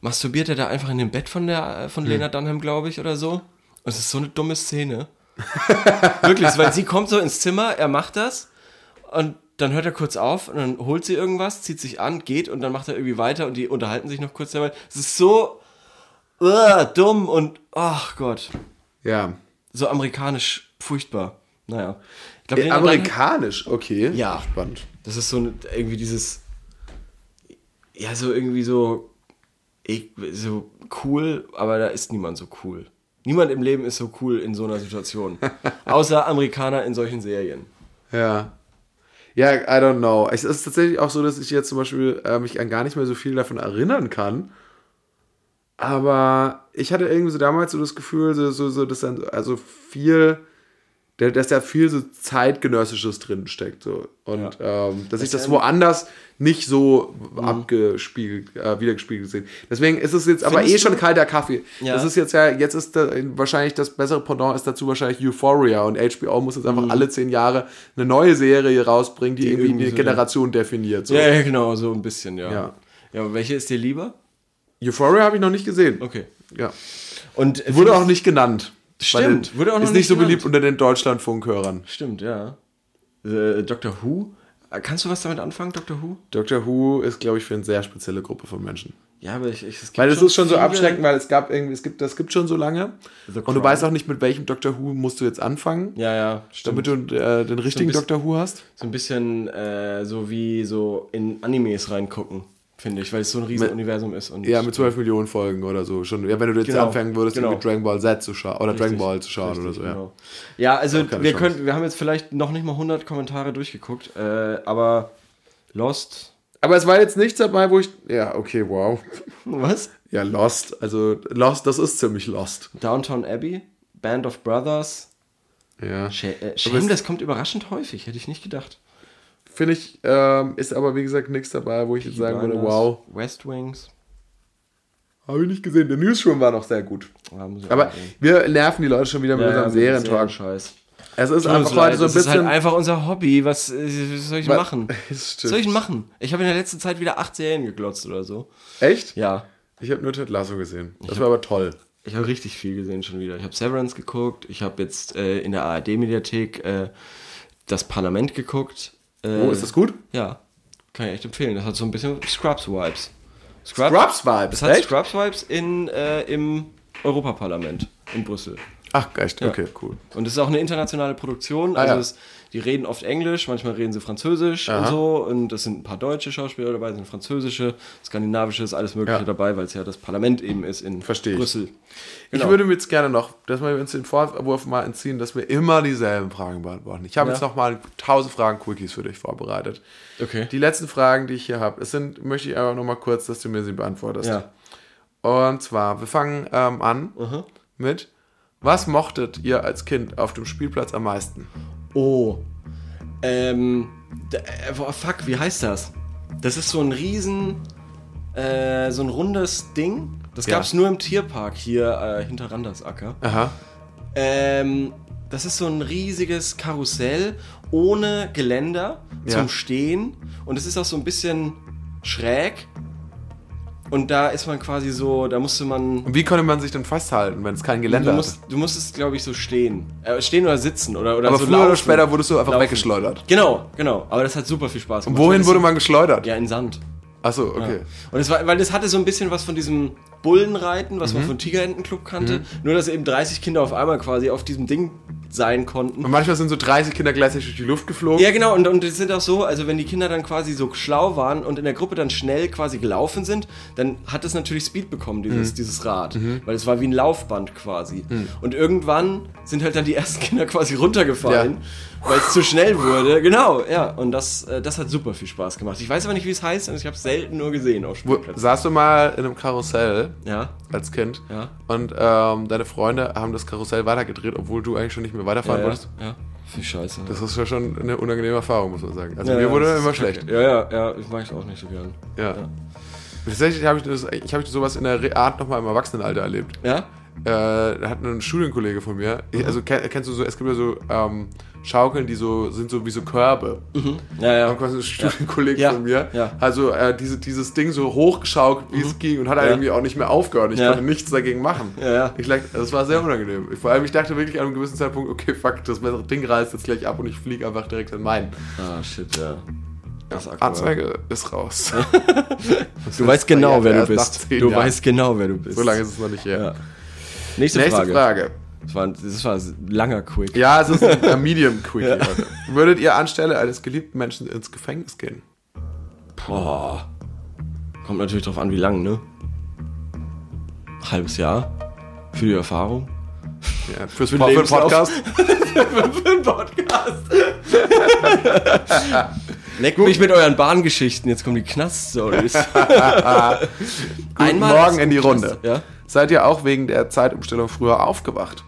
Speaker 1: masturbiert er da einfach in dem Bett von der, äh,
Speaker 3: Hm.
Speaker 1: von Lena Dunham, glaube ich, oder so. Und es ist so eine dumme Szene. Wirklich, weil sie kommt so ins Zimmer, er macht das und dann hört er kurz auf und dann holt sie irgendwas, zieht sich an, geht und dann macht er irgendwie weiter und die unterhalten sich noch kurz dabei. Es ist so uh, dumm und ach Gott,
Speaker 3: Ja.
Speaker 1: so amerikanisch furchtbar. Naja. Ich glaub,
Speaker 3: Äh,
Speaker 1: den
Speaker 3: Amerikanisch, okay.
Speaker 1: Ja.
Speaker 3: Spannend.
Speaker 1: anderen- Das ist so ein- irgendwie dieses, ja, so irgendwie so, ich- so cool, aber da ist niemand so cool. Niemand im Leben ist so cool in so einer Situation. Außer Amerikaner in solchen Serien.
Speaker 3: Ja. Ja, I don't know. Es ist tatsächlich auch so, dass ich jetzt zum Beispiel äh, mich an gar nicht mehr so viel davon erinnern kann. Aber ich hatte irgendwie so damals so das Gefühl, so, so, so dass dann also viel, da- dass da viel so zeitgenössisches drin steckt. So. Und ähm, dass ich das
Speaker 1: SM.
Speaker 3: woanders nicht so
Speaker 1: Mhm.
Speaker 3: abgespiegelt, äh, wiedergespiegelt sehe. Deswegen ist es jetzt aber eh
Speaker 1: Findest
Speaker 3: schon kalter Kaffee.
Speaker 1: Ja.
Speaker 3: Das ist jetzt ja, jetzt ist da, wahrscheinlich das bessere Pendant ist dazu wahrscheinlich Euphoria und HBO muss jetzt einfach alle zehn Jahre eine neue Serie rausbringen, die, irgendwie,
Speaker 1: Mhm. irgendwie
Speaker 3: eine
Speaker 1: so
Speaker 3: Generation definiert. So.
Speaker 1: Ja, ja, genau, so ein bisschen, ja.
Speaker 3: Ja.
Speaker 1: Ja, aber welche ist dir lieber?
Speaker 3: Euphoria habe ich noch nicht gesehen.
Speaker 1: Okay.
Speaker 3: Ja.
Speaker 1: Und äh,
Speaker 3: Wurde
Speaker 1: findest-
Speaker 3: auch nicht genannt.
Speaker 1: Stimmt,
Speaker 3: Weil
Speaker 1: wurde auch noch
Speaker 3: ist
Speaker 1: nicht
Speaker 3: nicht so
Speaker 1: genannt.
Speaker 3: beliebt unter den Deutschlandfunkhörern.
Speaker 1: Stimmt, ja. Äh, Doctor Who? Äh, Kannst du was damit anfangen, Doctor Who?
Speaker 3: Doctor Who ist, glaube ich, für eine sehr spezielle Gruppe von Menschen.
Speaker 1: Ja, aber ich, ich es gibt
Speaker 3: Weil das ist schon so
Speaker 1: viele-
Speaker 3: abschreckend, weil es gab irgendwie, es gibt, das gibt schon so lange.
Speaker 1: The
Speaker 3: Und du
Speaker 1: Crown.
Speaker 3: weißt auch nicht, mit welchem Doctor Who musst du jetzt anfangen,
Speaker 1: Ja, ja, stimmt.
Speaker 3: damit du äh, den richtigen
Speaker 1: bisschen-
Speaker 3: Doctor Who hast.
Speaker 1: so ein bisschen äh, so wie so in Animes reingucken, finde ich, weil es so ein riesen
Speaker 3: Mit-
Speaker 1: Universum ist. Und
Speaker 3: Ja, mit 12 Millionen Folgen oder so schon. Ja, wenn du jetzt
Speaker 1: Genau,
Speaker 3: anfangen würdest,
Speaker 1: genau.
Speaker 3: mit Dragon Ball Z zu schauen oder Dragon
Speaker 1: Richtig,
Speaker 3: Ball zu schauen oder so, ja.
Speaker 1: Genau. Ja, also
Speaker 3: keine
Speaker 1: wir,
Speaker 3: Chance.
Speaker 1: können, wir haben jetzt vielleicht noch nicht mal 100 Kommentare durchgeguckt, äh, aber Lost.
Speaker 3: Aber es war jetzt nichts dabei, wo ich. Ja, okay, wow. Hm,
Speaker 1: Was?
Speaker 3: Ja, Lost. Also, Lost, das ist ziemlich Lost.
Speaker 1: Downtown Abbey, Band of Brothers.
Speaker 3: Ja.
Speaker 1: Sh äh,
Speaker 3: Aber es-
Speaker 1: Shameless kommt überraschend häufig, hätte ich nicht gedacht.
Speaker 3: Finde ich, ähm, ist aber wie gesagt nichts dabei, wo ich jetzt sagen würde,
Speaker 1: Blinders,
Speaker 3: wow.
Speaker 1: West Wings.
Speaker 3: Habe ich nicht gesehen. Der Newsroom war noch sehr gut.
Speaker 1: Ja, Ah, muss ich auch
Speaker 3: Aber
Speaker 1: sehen.
Speaker 3: wir nerven die Leute schon wieder mit
Speaker 1: ja,
Speaker 3: unserem
Speaker 1: ja,
Speaker 3: Serientalk.
Speaker 1: Scheiß.
Speaker 3: Es ist
Speaker 1: Tut uns
Speaker 3: einfach
Speaker 1: leid,
Speaker 3: heute so ein
Speaker 1: das ist
Speaker 3: bisschen.
Speaker 1: halt einfach unser Hobby. Was, äh, was soll ich
Speaker 3: Wa-
Speaker 1: machen? Was
Speaker 3: Stimmt.
Speaker 1: soll ich machen? Ich habe in der letzten Zeit wieder acht Serien geglotzt oder so.
Speaker 3: Echt?
Speaker 1: Ja.
Speaker 3: Ich habe nur Ted Lasso gesehen. Das war aber toll.
Speaker 1: Ich habe richtig viel gesehen schon wieder. Ich habe Severance geguckt. Ich habe jetzt äh, in der ARD-Mediathek äh, das Parlament geguckt. Äh,
Speaker 3: Oh, ist das gut?
Speaker 1: Ja. Kann ich echt empfehlen. Das hat so ein bisschen Scrubs-Vibes. Scrubs?
Speaker 3: Scrubs-Vibes,
Speaker 1: Es hat
Speaker 3: echt?
Speaker 1: Scrubs-Vibes in, äh, im Europaparlament in Brüssel.
Speaker 3: Ach, echt? Okay, cool.
Speaker 1: Und es ist auch eine internationale Produktion. Also
Speaker 3: Ah, ja.
Speaker 1: es, die reden oft Englisch, manchmal reden sie Französisch und so. Und es sind ein paar deutsche Schauspieler dabei, es sind französische, skandinavische, ist alles Mögliche
Speaker 3: Ja.
Speaker 1: dabei, weil es ja das Parlament eben ist in
Speaker 3: Verstehe ich.
Speaker 1: Brüssel. Genau.
Speaker 3: Ich würde mir jetzt gerne noch, dass wir uns den Vorwurf mal entziehen, dass wir immer dieselben Fragen beantworten. Ich habe
Speaker 1: Ja.
Speaker 3: jetzt noch mal 1000 Fragen Quickies für dich vorbereitet.
Speaker 1: Okay.
Speaker 3: Die letzten Fragen, die ich hier habe, es sind, möchte ich einfach noch mal kurz, dass du mir sie beantwortest.
Speaker 1: ja.
Speaker 3: Und zwar, wir fangen ähm, an mit, was mochtet ihr als Kind auf dem Spielplatz am meisten?
Speaker 1: Oh. Ähm. d- äh, boah, fuck, wie heißt das? Das ist so ein riesen. Äh, so ein rundes Ding. Das
Speaker 3: Ja.
Speaker 1: gab's nur im Tierpark hier äh, hinter Randersacker.
Speaker 3: Aha.
Speaker 1: Ähm, das ist so ein riesiges Karussell ohne Geländer
Speaker 3: Ja.
Speaker 1: zum Stehen. Und es ist auch so ein bisschen schräg. Und da ist man quasi so, da musste man.
Speaker 3: Und wie konnte man sich denn festhalten, wenn es kein
Speaker 1: Du,
Speaker 3: Geländer hat?
Speaker 1: musst, du musstest, glaube ich, so stehen. Äh, stehen oder sitzen oder, oder
Speaker 3: Aber
Speaker 1: so
Speaker 3: früher oder
Speaker 1: also laufen.
Speaker 3: später wurdest du einfach
Speaker 1: Laufen.
Speaker 3: weggeschleudert.
Speaker 1: Genau, genau. Aber das hat super viel Spaß gemacht.
Speaker 3: Wohin
Speaker 1: Das-
Speaker 3: wurde man geschleudert?
Speaker 1: Ja, in Sand.
Speaker 3: Achso, okay.
Speaker 1: Und es war, weil das hatte so ein bisschen was von diesem Bullenreiten, was
Speaker 3: Mhm.
Speaker 1: man von Tigerentenclub kannte. Nur, dass eben 30 Kinder auf einmal quasi auf diesem Ding sein konnten.
Speaker 3: Und manchmal sind so 30 Kinder gleichzeitig durch die Luft geflogen.
Speaker 1: Ja, genau, und, und es sind auch so, also wenn die Kinder dann quasi so schlau waren und in der Gruppe dann schnell quasi gelaufen sind, dann hat es natürlich Speed bekommen,
Speaker 3: Mhm.
Speaker 1: dieses, dieses Rad. Weil es war wie ein Laufband quasi. Und irgendwann sind halt dann die ersten Kinder quasi runtergefallen, weil es zu schnell wurde. Genau, ja. Und das, äh, das hat super viel Spaß gemacht. Ich weiß aber nicht, wie es heißt, und ich habe es selten nur gesehen auf
Speaker 3: Wo,
Speaker 1: Spielplätzen.
Speaker 3: saßt du mal in einem Karussell
Speaker 1: Ja.
Speaker 3: als Kind
Speaker 1: Ja.
Speaker 3: und ähm, deine Freunde haben das Karussell weitergedreht, obwohl du eigentlich schon nicht mehr weiterfahren
Speaker 1: ja,
Speaker 3: wolltest?
Speaker 1: ja. Viel Scheiße.
Speaker 3: Das ist ja schon eine unangenehme Erfahrung, muss man sagen. Also
Speaker 1: ja,
Speaker 3: mir
Speaker 1: ja,
Speaker 3: wurde
Speaker 1: das ist
Speaker 3: immer
Speaker 1: kacke.
Speaker 3: schlecht.
Speaker 1: Ja, ja, ja, ich mag es auch nicht so gern.
Speaker 3: Ja. Tatsächlich habe ich, das- ich hab sowas in der Re- Art nochmal im Erwachsenenalter erlebt.
Speaker 1: Ja?
Speaker 3: äh, hat ein Studienkollege von mir,
Speaker 1: Mhm.
Speaker 3: also ken- kennst du so, es gibt ja so ähm, Schaukeln, die so sind so wie so Körbe.
Speaker 1: Mhm. Ja,
Speaker 3: Da
Speaker 1: ja.
Speaker 3: hat quasi ein Studienkollege
Speaker 1: Ja.
Speaker 3: von mir.
Speaker 1: Ja. Mhm.
Speaker 3: Also äh, diese, dieses Ding so hochgeschaukelt, wie es ging, und hat
Speaker 1: Ja.
Speaker 3: irgendwie auch nicht mehr aufgehört. Ich
Speaker 1: Ja.
Speaker 3: konnte nichts dagegen machen.
Speaker 1: Ja, ja.
Speaker 3: Ich lag, das war sehr unangenehm. Ich, vor allem, ich dachte wirklich an einem gewissen Zeitpunkt, okay, fuck, das Ding reißt jetzt gleich ab und ich fliege einfach direkt an meinen.
Speaker 1: Ah, shit, ja. Das ist awkward.
Speaker 3: Anzeige ist raus.
Speaker 1: Du weißt genau, wer du
Speaker 3: Erst nach
Speaker 1: bist.
Speaker 3: zehn
Speaker 1: Du
Speaker 3: Jahren.
Speaker 1: weißt genau, wer du bist.
Speaker 3: so lange ist es noch nicht her.
Speaker 1: Ja. Nächste,
Speaker 3: Nächste
Speaker 1: Frage.
Speaker 3: Frage.
Speaker 1: Das, war ein, das war ein langer Quick.
Speaker 3: Ja, es ist ein ein Medium Quickie. Leute. Würdet ihr anstelle eines geliebten Menschen ins Gefängnis gehen?
Speaker 1: Boah. Kommt natürlich drauf an, wie lang, ne? Halbes Jahr. Für die Erfahrung.
Speaker 3: Ja, fürs
Speaker 1: Für den
Speaker 3: Po- für den
Speaker 1: Lebenslauf.
Speaker 3: Podcast?
Speaker 1: Leckt mich mit euren Bahngeschichten. Jetzt kommen die Knast-Stories.
Speaker 3: Guten
Speaker 1: Einmal hast
Speaker 3: Morgen
Speaker 1: du
Speaker 3: in die
Speaker 1: Knast-
Speaker 3: Runde.
Speaker 1: Ja?
Speaker 3: Seid ihr auch wegen der Zeitumstellung früher aufgewacht?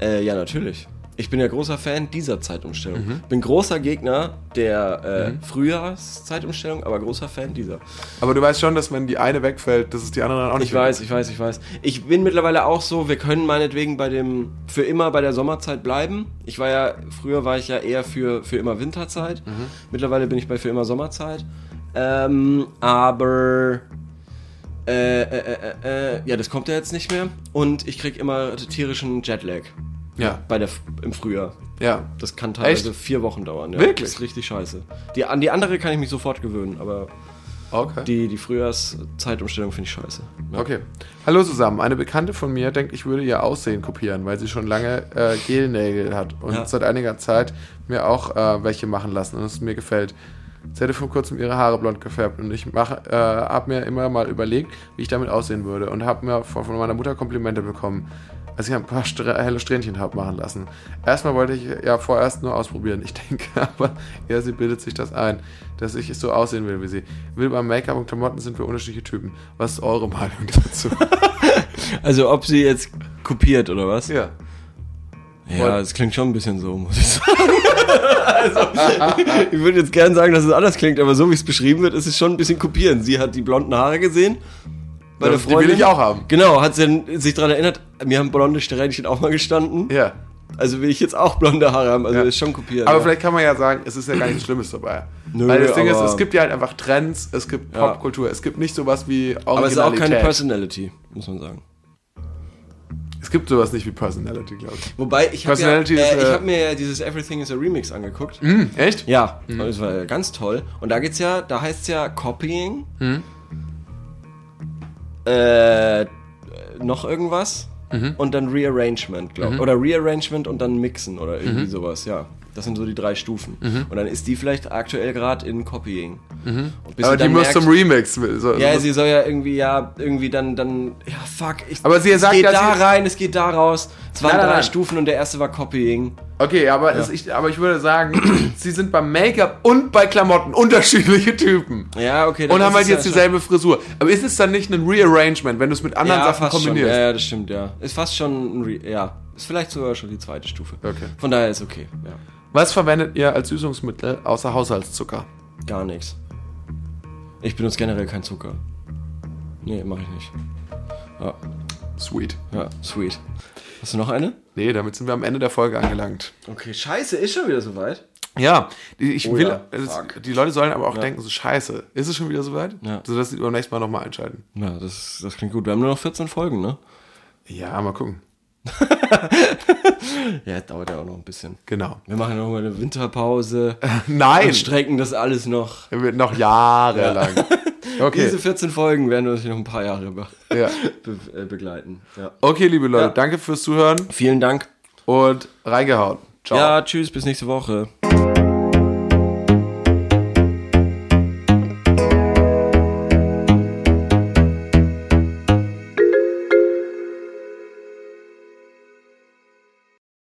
Speaker 1: Äh, ja, natürlich. Ich bin ja großer Fan dieser Zeitumstellung. Bin großer Gegner der äh, Frühjahrszeitumstellung, aber großer Fan dieser.
Speaker 3: Aber du weißt schon, dass wenn die eine wegfällt, dass es die andere dann auch nicht
Speaker 1: Ich weiß, ich weiß, ich weiß. Ich bin mittlerweile auch so, wir können meinetwegen bei dem, für immer bei der Sommerzeit bleiben. Ich war ja, früher war ich ja eher für, für immer Winterzeit. Mittlerweile bin ich bei für immer Sommerzeit. Ähm, aber, äh, äh, äh, äh, ja, das kommt ja jetzt nicht mehr. Und ich krieg immer tierischen Jetlag
Speaker 3: Ja,
Speaker 1: bei der, im Frühjahr.
Speaker 3: ja.
Speaker 1: Das kann teilweise
Speaker 3: Echt?
Speaker 1: vier Wochen dauern. Ja.
Speaker 3: Wirklich?
Speaker 1: Das ist richtig scheiße. Die, an die andere kann ich mich sofort gewöhnen, aber
Speaker 3: Okay.
Speaker 1: die, die Frühjahrszeitumstellung finde ich scheiße. Ja.
Speaker 3: Okay. Hallo zusammen. Eine Bekannte von mir denkt, ich würde ihr Aussehen kopieren, weil sie schon lange äh, Gelnägel hat und
Speaker 1: Ja.
Speaker 3: seit einiger Zeit mir auch äh, welche machen lassen und es mir gefällt. Sie hätte vor kurzem ihre Haare blond gefärbt und ich mach, äh, habe mir immer mal überlegt, wie ich damit aussehen würde und habe mir von, von meiner Mutter Komplimente bekommen, als ich ein paar Str- helle Strähnchen habe machen lassen. Erstmal wollte ich ja vorerst nur ausprobieren, ich denke aber, ja, sie bildet sich das ein, dass ich so aussehen will wie sie. Will beim Make-up und Klamotten sind wir unterschiedliche Typen. Was ist eure Meinung dazu?
Speaker 1: Also ob sie jetzt kopiert oder was?
Speaker 3: ja.
Speaker 1: Ja, das klingt schon ein bisschen so, muss ich sagen. also, ich würde jetzt gerne sagen, dass es anders klingt, aber so wie es beschrieben wird, ist es schon ein bisschen kopieren. Sie hat die blonden Haare gesehen. Bei
Speaker 3: Ja,
Speaker 1: der
Speaker 3: die
Speaker 1: Freundin.
Speaker 3: will ich auch haben.
Speaker 1: Genau, hat sie dann sich daran erinnert, mir haben blonde Strähnchen auch mal gestanden.
Speaker 3: Ja.
Speaker 1: Also will ich jetzt auch blonde Haare haben, also
Speaker 3: Ja.
Speaker 1: ist schon kopieren.
Speaker 3: Aber
Speaker 1: ja.
Speaker 3: vielleicht kann man ja sagen, es ist ja gar nichts Schlimmes dabei.
Speaker 1: Nö,
Speaker 3: Weil das Ding ist,
Speaker 1: aber-
Speaker 3: es gibt ja halt einfach Trends, es gibt
Speaker 1: Ja.
Speaker 3: Popkultur, es gibt nicht sowas wie Originalität.
Speaker 1: aber es ist auch keine Personality, muss man sagen.
Speaker 3: Es gibt sowas nicht wie Personality, glaube ich.
Speaker 1: Wobei, ich habe ja,
Speaker 3: Personality ist,
Speaker 1: äh, ich
Speaker 3: äh,
Speaker 1: hab mir ja dieses Everything is a Remix angeguckt.
Speaker 3: Hm, echt?
Speaker 1: Ja, das war ja ganz toll. Und da geht's ja, da heißt's ja Copying.
Speaker 3: Hm.
Speaker 1: Äh, äh, noch irgendwas.
Speaker 3: Mhm.
Speaker 1: Und dann Rearrangement, glaube ich. Oder Rearrangement und dann Mixen oder irgendwie
Speaker 3: Mhm.
Speaker 1: sowas, ja. Das sind so die drei Stufen. Und dann ist die vielleicht aktuell gerade in Copying. Und bis
Speaker 3: Mhm.
Speaker 1: sie
Speaker 3: Aber die
Speaker 1: dann
Speaker 3: muss
Speaker 1: Also merkt-
Speaker 3: zum Remix. So,
Speaker 1: ja,
Speaker 3: muss-
Speaker 1: sie soll ja irgendwie, ja, irgendwie dann, dann, ja, fuck. Ich,
Speaker 3: Aber sie
Speaker 1: es
Speaker 3: sagt
Speaker 1: geht
Speaker 3: ja,
Speaker 1: da
Speaker 3: sie-
Speaker 1: rein, es geht da raus. Es waren
Speaker 3: Nein, nein,
Speaker 1: drei
Speaker 3: nein.
Speaker 1: Stufen und der erste war Copying.
Speaker 3: okay, aber, es, ich, aber ich würde sagen, sie sind beim Make-up und bei Klamotten unterschiedliche Typen.
Speaker 1: Ja, okay.
Speaker 3: Und
Speaker 1: das
Speaker 3: haben halt
Speaker 1: ist ja
Speaker 3: jetzt
Speaker 1: schon-
Speaker 3: dieselbe Frisur. Aber ist es dann nicht ein Rearrangement, wenn du es mit anderen Sachen kombinierst?
Speaker 1: Schon. Ja, ja, das stimmt, ja. Ist fast schon ein Re ja. Ist vielleicht sogar schon die zweite Stufe.
Speaker 3: Okay.
Speaker 1: Von daher ist okay. Ja.
Speaker 3: Was verwendet ihr als Süßungsmittel außer Haushaltszucker?
Speaker 1: Gar nichts. Ich benutze generell keinen Zucker. Nee, mache ich nicht. Ja,
Speaker 3: Sweet.
Speaker 1: ja, sweet. Hast du noch eine?
Speaker 3: Nee, damit sind wir am Ende der Folge angelangt.
Speaker 1: Okay, scheiße, ist schon wieder soweit.
Speaker 3: Ja, die- ich
Speaker 1: Oh
Speaker 3: will,
Speaker 1: ja,
Speaker 3: also es-
Speaker 1: fuck.
Speaker 3: die Leute sollen aber auch denken, so scheiße, ist es schon wieder soweit?
Speaker 1: Ja.
Speaker 3: So dass sie beim nächsten Mal nochmal einschalten.
Speaker 1: Ja, das, das klingt gut. Wir haben nur noch 14 Folgen, ne?
Speaker 3: Ja, mal gucken.
Speaker 1: Ja, dauert ja auch noch ein bisschen.
Speaker 3: Genau.
Speaker 1: Wir machen noch mal eine Winterpause
Speaker 3: Nein,
Speaker 1: und strecken das alles noch.
Speaker 3: er wird noch jahrelang.
Speaker 1: Diese
Speaker 3: Okay.
Speaker 1: 14 Folgen werden uns noch ein paar Jahre be
Speaker 3: Ja.
Speaker 1: be äh, begleiten. Ja.
Speaker 3: Okay, liebe Leute,
Speaker 1: Ja.
Speaker 3: danke fürs Zuhören
Speaker 1: Vielen Dank.
Speaker 3: und reingehauen. Ciao.
Speaker 1: Ja, tschüss, bis nächste Woche.